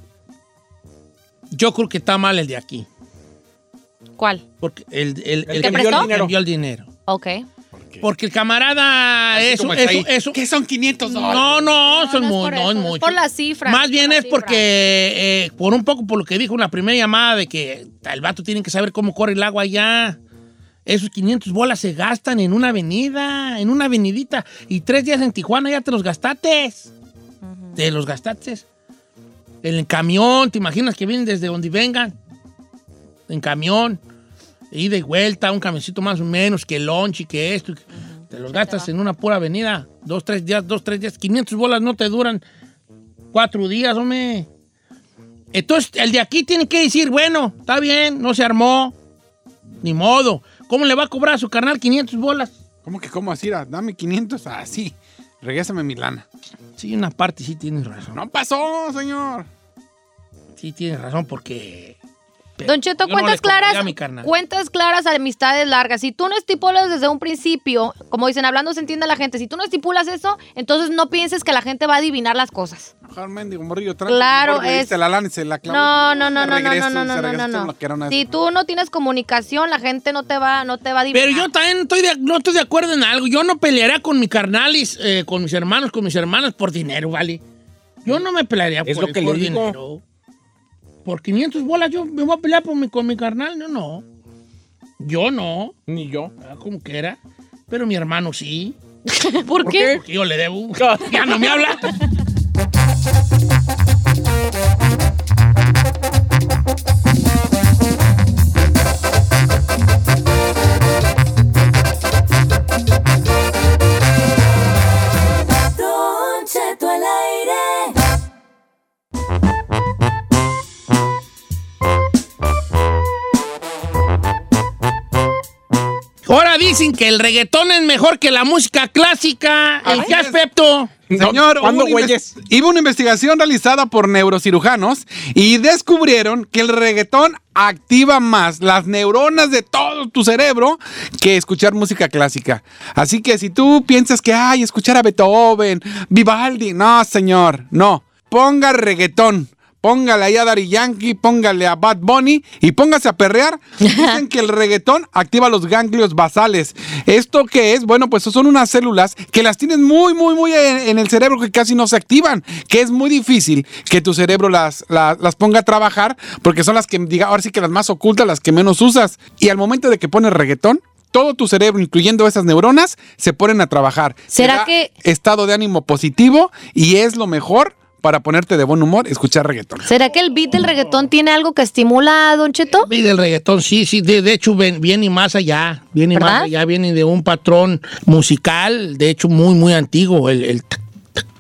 [SPEAKER 1] yo creo que está mal el de aquí.
[SPEAKER 2] ¿Cuál?
[SPEAKER 1] Porque el, el,
[SPEAKER 2] que
[SPEAKER 1] envió
[SPEAKER 2] prestó?
[SPEAKER 1] el envió el dinero.
[SPEAKER 2] Ok.
[SPEAKER 1] Porque el camarada
[SPEAKER 2] Así
[SPEAKER 1] es,
[SPEAKER 2] como
[SPEAKER 1] un-
[SPEAKER 2] está
[SPEAKER 1] es un-
[SPEAKER 2] ahí.
[SPEAKER 1] es un-
[SPEAKER 4] son 500
[SPEAKER 1] dólares? No, no, son mu-
[SPEAKER 2] por
[SPEAKER 1] no, es
[SPEAKER 2] eso,
[SPEAKER 1] mucho.
[SPEAKER 2] por la cifra.
[SPEAKER 1] Más bien
[SPEAKER 2] la
[SPEAKER 1] es
[SPEAKER 2] cifra.
[SPEAKER 1] porque, eh, por un poco por lo que dijo en la primera llamada, de que el vato tiene que saber cómo corre el agua allá. Esos 500 bolas se gastan en una avenida, en una avenidita. Y tres días en Tijuana ya te los gastaste. Te los gastaste. En el camión, ¿te imaginas que vienen desde donde vengan? En camión. Y de vuelta, un camioncito más o menos, que lunch y que esto. y que- Te los gastas en una pura avenida. Dos, tres días, dos, tres días. 500 bolas no te duran cuatro días, hombre. Entonces, el de aquí tiene que decir, bueno, está bien, no se armó. Ni modo. ¿Cómo le va a cobrar a su carnal 500 bolas?
[SPEAKER 4] ¿Cómo que cómo así? Ra? Dame 500. Así. Regrésame mi lana.
[SPEAKER 1] Sí, una parte sí tienes razón.
[SPEAKER 4] No pasó, señor.
[SPEAKER 1] Sí tienes razón porque...
[SPEAKER 2] Don Cheto,
[SPEAKER 1] Yo no le
[SPEAKER 2] cuentas
[SPEAKER 1] cobraría
[SPEAKER 2] claras,
[SPEAKER 1] a mi carnal.
[SPEAKER 2] cuentas claras, amistades largas. Si tú no estipulas desde un principio, como dicen, hablando se entiende la gente, si tú no estipulas eso, entonces no pienses que la gente va a adivinar las cosas.
[SPEAKER 4] Mejor mendigo morrillo. tranqui,
[SPEAKER 2] Claro,
[SPEAKER 4] mejor le diste
[SPEAKER 2] es-
[SPEAKER 4] la lana y se la clavó.
[SPEAKER 2] No, no, no,
[SPEAKER 4] Se
[SPEAKER 2] no, no, no,
[SPEAKER 4] regresó y
[SPEAKER 2] no,
[SPEAKER 4] se
[SPEAKER 2] no,
[SPEAKER 4] regresó
[SPEAKER 2] no,
[SPEAKER 4] con lo que era
[SPEAKER 2] no.
[SPEAKER 4] una-
[SPEAKER 2] Si tú no tienes comunicación, la gente no te va, no te va a adivinar.
[SPEAKER 1] Pero yo también estoy de- no estoy de acuerdo en algo. Yo no pelearía con mi carnalis, eh, con mis hermanos, con mis hermanas por dinero, ¿vale? Yo no me pelearía
[SPEAKER 3] Es
[SPEAKER 1] por,
[SPEAKER 3] lo que
[SPEAKER 1] por
[SPEAKER 3] le digo.
[SPEAKER 1] dinero. Por 500 bolas yo me voy a pelear por mi- con mi carnal. Yo no. Yo no.
[SPEAKER 3] Ni yo.
[SPEAKER 1] Ah, Como que era. Pero mi hermano sí.
[SPEAKER 2] ¿Por, qué?
[SPEAKER 1] Porque yo le debo.
[SPEAKER 4] Ah.
[SPEAKER 1] ya no me habla.
[SPEAKER 5] Don Cheto al aire.
[SPEAKER 1] Ahora dicen que el reggaetón es mejor que la música clásica. ¿En
[SPEAKER 4] Así
[SPEAKER 1] qué
[SPEAKER 4] es.
[SPEAKER 1] aspecto?
[SPEAKER 4] Señor,
[SPEAKER 3] ¿Cuándo,
[SPEAKER 4] hubo una
[SPEAKER 3] güeyes?
[SPEAKER 4] inves- Hubo una investigación realizada por neurocirujanos y descubrieron que el reggaetón activa más las neuronas de todo tu cerebro que escuchar música clásica. Así que si tú piensas que, ay, escuchar a Beethoven, Vivaldi, no, señor, no. Ponga reggaetón. Póngale ahí a Daddy Yankee, póngale a Bad Bunny y póngase a perrear. Dicen que el reggaetón activa los ganglios basales. ¿Esto qué es? Bueno, pues son unas células que las tienes muy, muy, muy en, en el cerebro que casi no se activan. Que es muy difícil que tu cerebro las, las, las ponga a trabajar porque son las que, diga, ahora sí que las más ocultas, las que menos usas. Y al momento de que pones reggaetón, todo tu cerebro, incluyendo esas neuronas, se ponen a trabajar.
[SPEAKER 2] ¿Será
[SPEAKER 4] Te da
[SPEAKER 2] que-
[SPEAKER 4] Estado de ánimo positivo y es lo mejor para ponerte de buen humor escuchar reggaetón.
[SPEAKER 2] ¿Será que el beat del reggaetón tiene algo que estimula, Don Cheto?
[SPEAKER 1] Y del reggaetón, sí, sí. De, de hecho, ven- viene más allá. Viene más
[SPEAKER 2] ¿Verdad?
[SPEAKER 1] allá. Viene de un patrón musical, de hecho, muy, muy antiguo. El, el tac,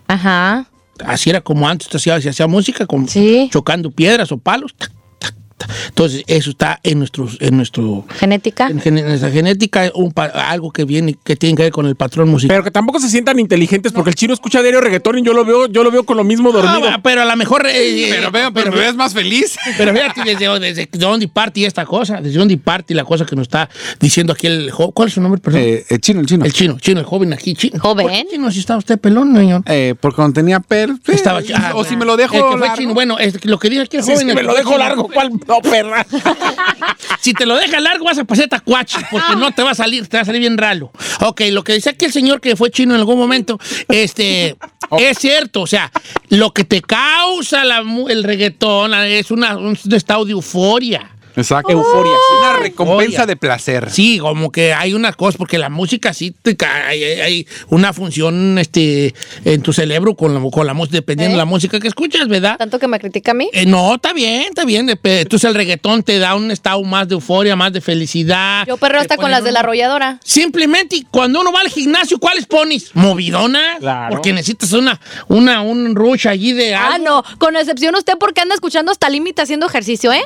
[SPEAKER 2] Ajá.
[SPEAKER 1] así era como antes se hacía, se hacía música, como
[SPEAKER 2] Sí.
[SPEAKER 1] chocando piedras o palos. tac, tac, tac. Entonces, eso está en, nuestros, en, nuestro,
[SPEAKER 2] Genética.
[SPEAKER 1] en, gen- en nuestra genética, un pa- algo que, viene, que tiene que ver con el patrón musical.
[SPEAKER 3] Pero que tampoco se sientan inteligentes porque el chino escucha diario reggaetón y yo lo veo, yo lo veo con lo mismo
[SPEAKER 1] Ah,
[SPEAKER 3] dormido.
[SPEAKER 1] va, pero a lo mejor. eh, eh,
[SPEAKER 4] me ves más feliz.
[SPEAKER 1] Pero fíjate desde, desde dónde parte esta cosa, desde dónde parte la cosa que nos está diciendo aquí el jo- ¿Cuál es su nombre, perdón?
[SPEAKER 4] el Eh, chino, el chino.
[SPEAKER 1] el chino, chino, el joven aquí, chino.
[SPEAKER 2] ¿Joven?
[SPEAKER 1] ¿Por qué chino si estaba usted pelón, señor?
[SPEAKER 4] Eh, porque cuando tenía per...
[SPEAKER 1] Estaba
[SPEAKER 4] eh,
[SPEAKER 1] ah,
[SPEAKER 4] O
[SPEAKER 1] bueno.
[SPEAKER 4] si me lo dejo
[SPEAKER 1] El que fue
[SPEAKER 4] largo.
[SPEAKER 1] chino, Bueno, es lo que dice aquí el
[SPEAKER 3] Sí,
[SPEAKER 1] joven.
[SPEAKER 3] sí, me
[SPEAKER 1] el
[SPEAKER 3] lo
[SPEAKER 1] que
[SPEAKER 3] dejo
[SPEAKER 1] fue
[SPEAKER 3] largo,
[SPEAKER 1] chino.
[SPEAKER 3] ¿cuál? No, perra.
[SPEAKER 1] Si te lo deja largo vas a pasar tacuache, porque no te va a salir, te va a salir bien ralo. Ok, lo que dice aquí el señor que fue chino en algún momento, este, es cierto, o sea, lo que te causa la mu- el reggaetón es una, un estado de euforia.
[SPEAKER 4] Exacto.
[SPEAKER 3] Euforia, sí.
[SPEAKER 4] Una recompensa
[SPEAKER 1] Euforia.
[SPEAKER 4] de placer.
[SPEAKER 1] Sí, como que hay una cosa, porque la música sí te ca- hay, hay- hay una función este, en tu cerebro con la, con la música, dependiendo de la
[SPEAKER 2] ¿Eh?
[SPEAKER 1] música que escuchas, ¿verdad?
[SPEAKER 2] Tanto que me critica a mí.
[SPEAKER 1] Eh, no, está bien, está bien. dep- Entonces el reggaetón te da un estado más de euforia, más de felicidad.
[SPEAKER 2] Yo perreo
[SPEAKER 1] Te
[SPEAKER 2] hasta con
[SPEAKER 1] ponen
[SPEAKER 2] las de la
[SPEAKER 1] un-
[SPEAKER 2] arrolladora.
[SPEAKER 1] Simplemente cuando uno va al gimnasio, ¿cuáles pones? Movidonas.
[SPEAKER 3] Claro.
[SPEAKER 1] Porque necesitas una, una, un rush allí de
[SPEAKER 2] Ah,
[SPEAKER 1] algo.
[SPEAKER 2] no. Con excepción usted porque anda escuchando hasta límite haciendo ejercicio, ¿eh?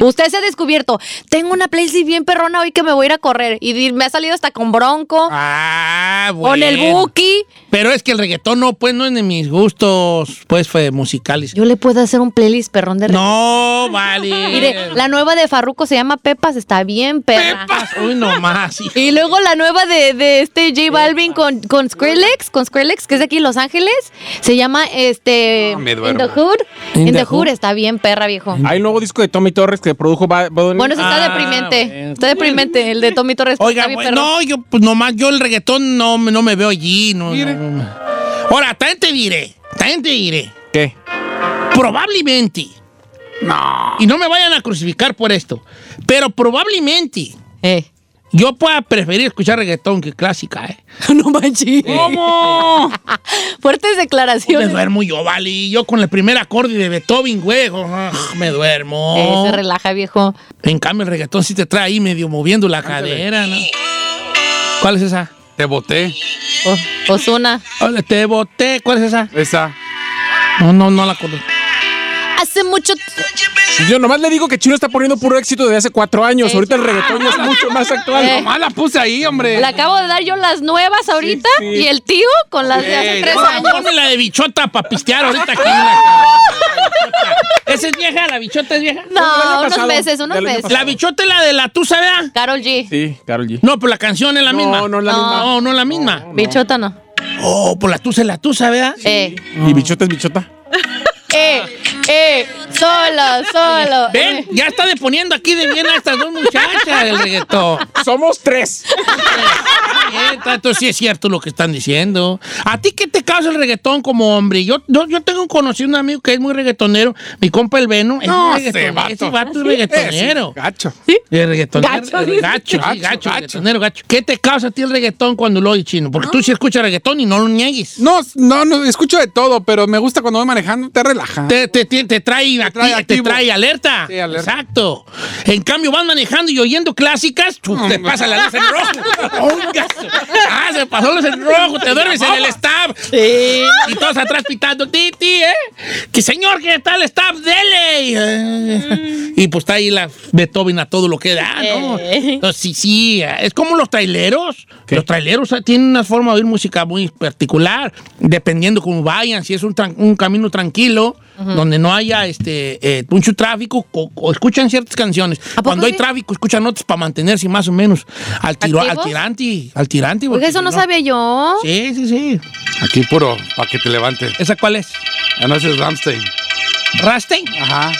[SPEAKER 2] Usted se ha descubierto. Tengo una playlist bien perrona hoy que me voy a ir a correr. Y di- me ha salido hasta con Bronco.
[SPEAKER 1] Ah, bueno.
[SPEAKER 2] Con el Buki.
[SPEAKER 1] Pero es que el reggaetón no, pues, no es de mis gustos, pues, fue musicales.
[SPEAKER 2] Yo le puedo hacer un playlist perrón de reggaetón.
[SPEAKER 1] No, vale.
[SPEAKER 2] Mire, la nueva de Farruko se llama Pepas, está bien perra.
[SPEAKER 1] Uy, no más. hijo.
[SPEAKER 2] Y luego la nueva de, de este J Balvin con, con Skrillex, con Skrillex, que es de aquí en Los Ángeles, se llama este
[SPEAKER 3] Ah, me
[SPEAKER 2] In
[SPEAKER 3] duermo.
[SPEAKER 2] the Hood.
[SPEAKER 3] In
[SPEAKER 2] In,
[SPEAKER 3] the
[SPEAKER 2] the Hood
[SPEAKER 3] Hood.
[SPEAKER 2] está bien perra, viejo.
[SPEAKER 3] Hay un nuevo disco de Tommy Torres que produjo Bad Bunny.
[SPEAKER 2] Bueno, eso está deprimente. Está deprimente el de Tommy Torres.
[SPEAKER 1] Oiga,
[SPEAKER 2] está bien
[SPEAKER 1] güey,
[SPEAKER 2] perro.
[SPEAKER 1] no, yo, pues, nomás, yo el reggaetón no, me- no me veo allí. No, no, no. Ahora, también te diré, también te diré.
[SPEAKER 3] ¿Qué?
[SPEAKER 1] Probablemente. No. Y no me vayan a crucificar por esto. Pero probablemente.
[SPEAKER 2] Eh.
[SPEAKER 1] Yo pueda preferir escuchar reggaetón que clásica, ¿eh?
[SPEAKER 2] no manches.
[SPEAKER 1] ¿Cómo? Pues
[SPEAKER 2] Fuertes
[SPEAKER 1] me
[SPEAKER 2] declaraciones.
[SPEAKER 1] duermo yo, vale. Y Yo con el primer acorde de Beethoven, güey. ah, Me duermo.
[SPEAKER 2] Eh, se relaja, viejo.
[SPEAKER 1] En cambio, el reggaetón sí te trae ahí medio moviendo la cadera, ¿no? ¿Cuál es esa?
[SPEAKER 4] Te boté.
[SPEAKER 2] O- Ozuna.
[SPEAKER 1] Ole, Te boté. ¿Cuál es esa?
[SPEAKER 4] Esa.
[SPEAKER 1] No, no, no la conozco.
[SPEAKER 2] Hace mucho. t-
[SPEAKER 3] Yo nomás le digo que Chino está poniendo puro éxito desde hace cuatro años.
[SPEAKER 2] Eso.
[SPEAKER 3] Ahorita el reggaetón ya es mucho más actual.
[SPEAKER 2] Eh.
[SPEAKER 3] Nomás la puse ahí, hombre.
[SPEAKER 2] Le acabo de dar yo las nuevas ahorita
[SPEAKER 3] sí.
[SPEAKER 2] y el tío con las de hace
[SPEAKER 1] Ey,
[SPEAKER 2] tres
[SPEAKER 1] ahora
[SPEAKER 2] años.
[SPEAKER 1] Ponme la de bichota para pistear ahorita aquí. en la- ¿Esa es vieja? ¿La bichota es vieja?
[SPEAKER 3] año
[SPEAKER 2] No, unos
[SPEAKER 3] pasado,
[SPEAKER 2] meses, unos
[SPEAKER 3] del año
[SPEAKER 2] meses.
[SPEAKER 1] La bichota es la de la tusa, ¿verdad?
[SPEAKER 2] Carol G.
[SPEAKER 3] Sí, Carol G.
[SPEAKER 1] No, pero la canción es la
[SPEAKER 3] No,
[SPEAKER 1] misma.
[SPEAKER 3] no es la
[SPEAKER 2] No.
[SPEAKER 3] misma.
[SPEAKER 1] No, no es la misma.
[SPEAKER 2] Bichota no.
[SPEAKER 1] Oh, pues la tusa es la tusa, ¿verdad?
[SPEAKER 2] Eh,
[SPEAKER 3] Y bichota es bichota.
[SPEAKER 2] eh, eh, solo, solo.
[SPEAKER 1] Ven,
[SPEAKER 2] eh.
[SPEAKER 1] ya está deponiendo aquí de bien a estas dos muchachas del reggaetón.
[SPEAKER 3] Somos tres.
[SPEAKER 1] Bien, Entonces sí es cierto lo que están diciendo. ¿A ti qué te causa el reggaetón como hombre? Yo, yo, yo tengo un conocido, un amigo que es muy reggaetonero, mi compa el Veno. es
[SPEAKER 4] No,
[SPEAKER 1] muy
[SPEAKER 4] ese
[SPEAKER 1] reggaetonero,
[SPEAKER 4] vato.
[SPEAKER 1] Ese vato es reggaetonero.
[SPEAKER 4] Gacho.
[SPEAKER 1] El reggaetonero.
[SPEAKER 2] Gacho,
[SPEAKER 1] el
[SPEAKER 2] dice.
[SPEAKER 1] gacho, sí, gacho,
[SPEAKER 4] Gacho, gacho.
[SPEAKER 1] reggaetonero, gacho. ¿Qué te causa a ti el reggaetón cuando lo oyes chino? Porque tú sí escuchas reggaetón y no lo niegues.
[SPEAKER 4] No, no, no, escucho de todo, pero me gusta cuando voy manejando, te relaja.
[SPEAKER 1] Te, te- te- te trae, acti-
[SPEAKER 4] trae
[SPEAKER 1] te
[SPEAKER 4] activo.
[SPEAKER 1] trae alerta.
[SPEAKER 4] Sí, alerta.
[SPEAKER 1] Exacto. En cambio, van manejando y oyendo clásicas, tú te pasa la luz en rojo. Oiga, ah, se pasó la luz en rojo, te duermes en el staff. Y todos atrás pitando, titi, ¿eh? Que señor, que está el staff, dele. Y,
[SPEAKER 4] Mm.
[SPEAKER 1] eh, Y pues está ahí la Beethoven a todo lo que da, ¿no?
[SPEAKER 2] Eh.
[SPEAKER 1] Entonces, sí, sí, es como los traileros. Los traileros eh, tienen una forma de oír música muy particular, dependiendo cómo vayan, si es un, tran- un camino tranquilo, donde no haya este eh, mucho tráfico, co- co- escuchan ciertas canciones.
[SPEAKER 2] poco
[SPEAKER 1] Cuando hay
[SPEAKER 2] sí?
[SPEAKER 1] tráfico, escuchan otras para mantenerse más o menos al, tiro, al
[SPEAKER 2] ¿Activos?
[SPEAKER 1] tirante. Al tirante
[SPEAKER 2] Porque eso
[SPEAKER 1] si
[SPEAKER 2] no sabía yo.
[SPEAKER 1] Sí, sí, sí.
[SPEAKER 4] Aquí puro, para que te levantes.
[SPEAKER 1] ¿Esa cuál es?
[SPEAKER 4] Ah, no, ese es Ramstein.
[SPEAKER 1] ¿Rastein?
[SPEAKER 4] Ajá.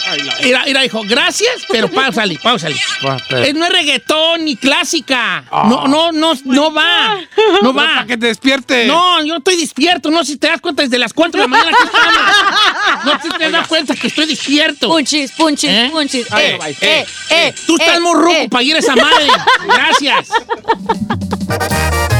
[SPEAKER 1] Mira, mira, hijo, gracias, pero pausale, pausale.
[SPEAKER 4] Para
[SPEAKER 1] Eh, No es reggaetón ni clásica. No, no, no, no va. No va.
[SPEAKER 4] que te despierte.
[SPEAKER 1] No, yo estoy despierto. No, si te das cuenta, desde las 4 de la mañana aquí estamos. No, si te das cuenta que estoy despierto.
[SPEAKER 2] Punchis, punchis,
[SPEAKER 1] ¿Eh?
[SPEAKER 2] punchis.
[SPEAKER 1] Ay,
[SPEAKER 2] Eh,
[SPEAKER 1] no, bye.
[SPEAKER 2] eh, eh,
[SPEAKER 1] Tú estás
[SPEAKER 2] eh,
[SPEAKER 1] muy ruco
[SPEAKER 2] eh.
[SPEAKER 1] para ir a esa madre. Gracias.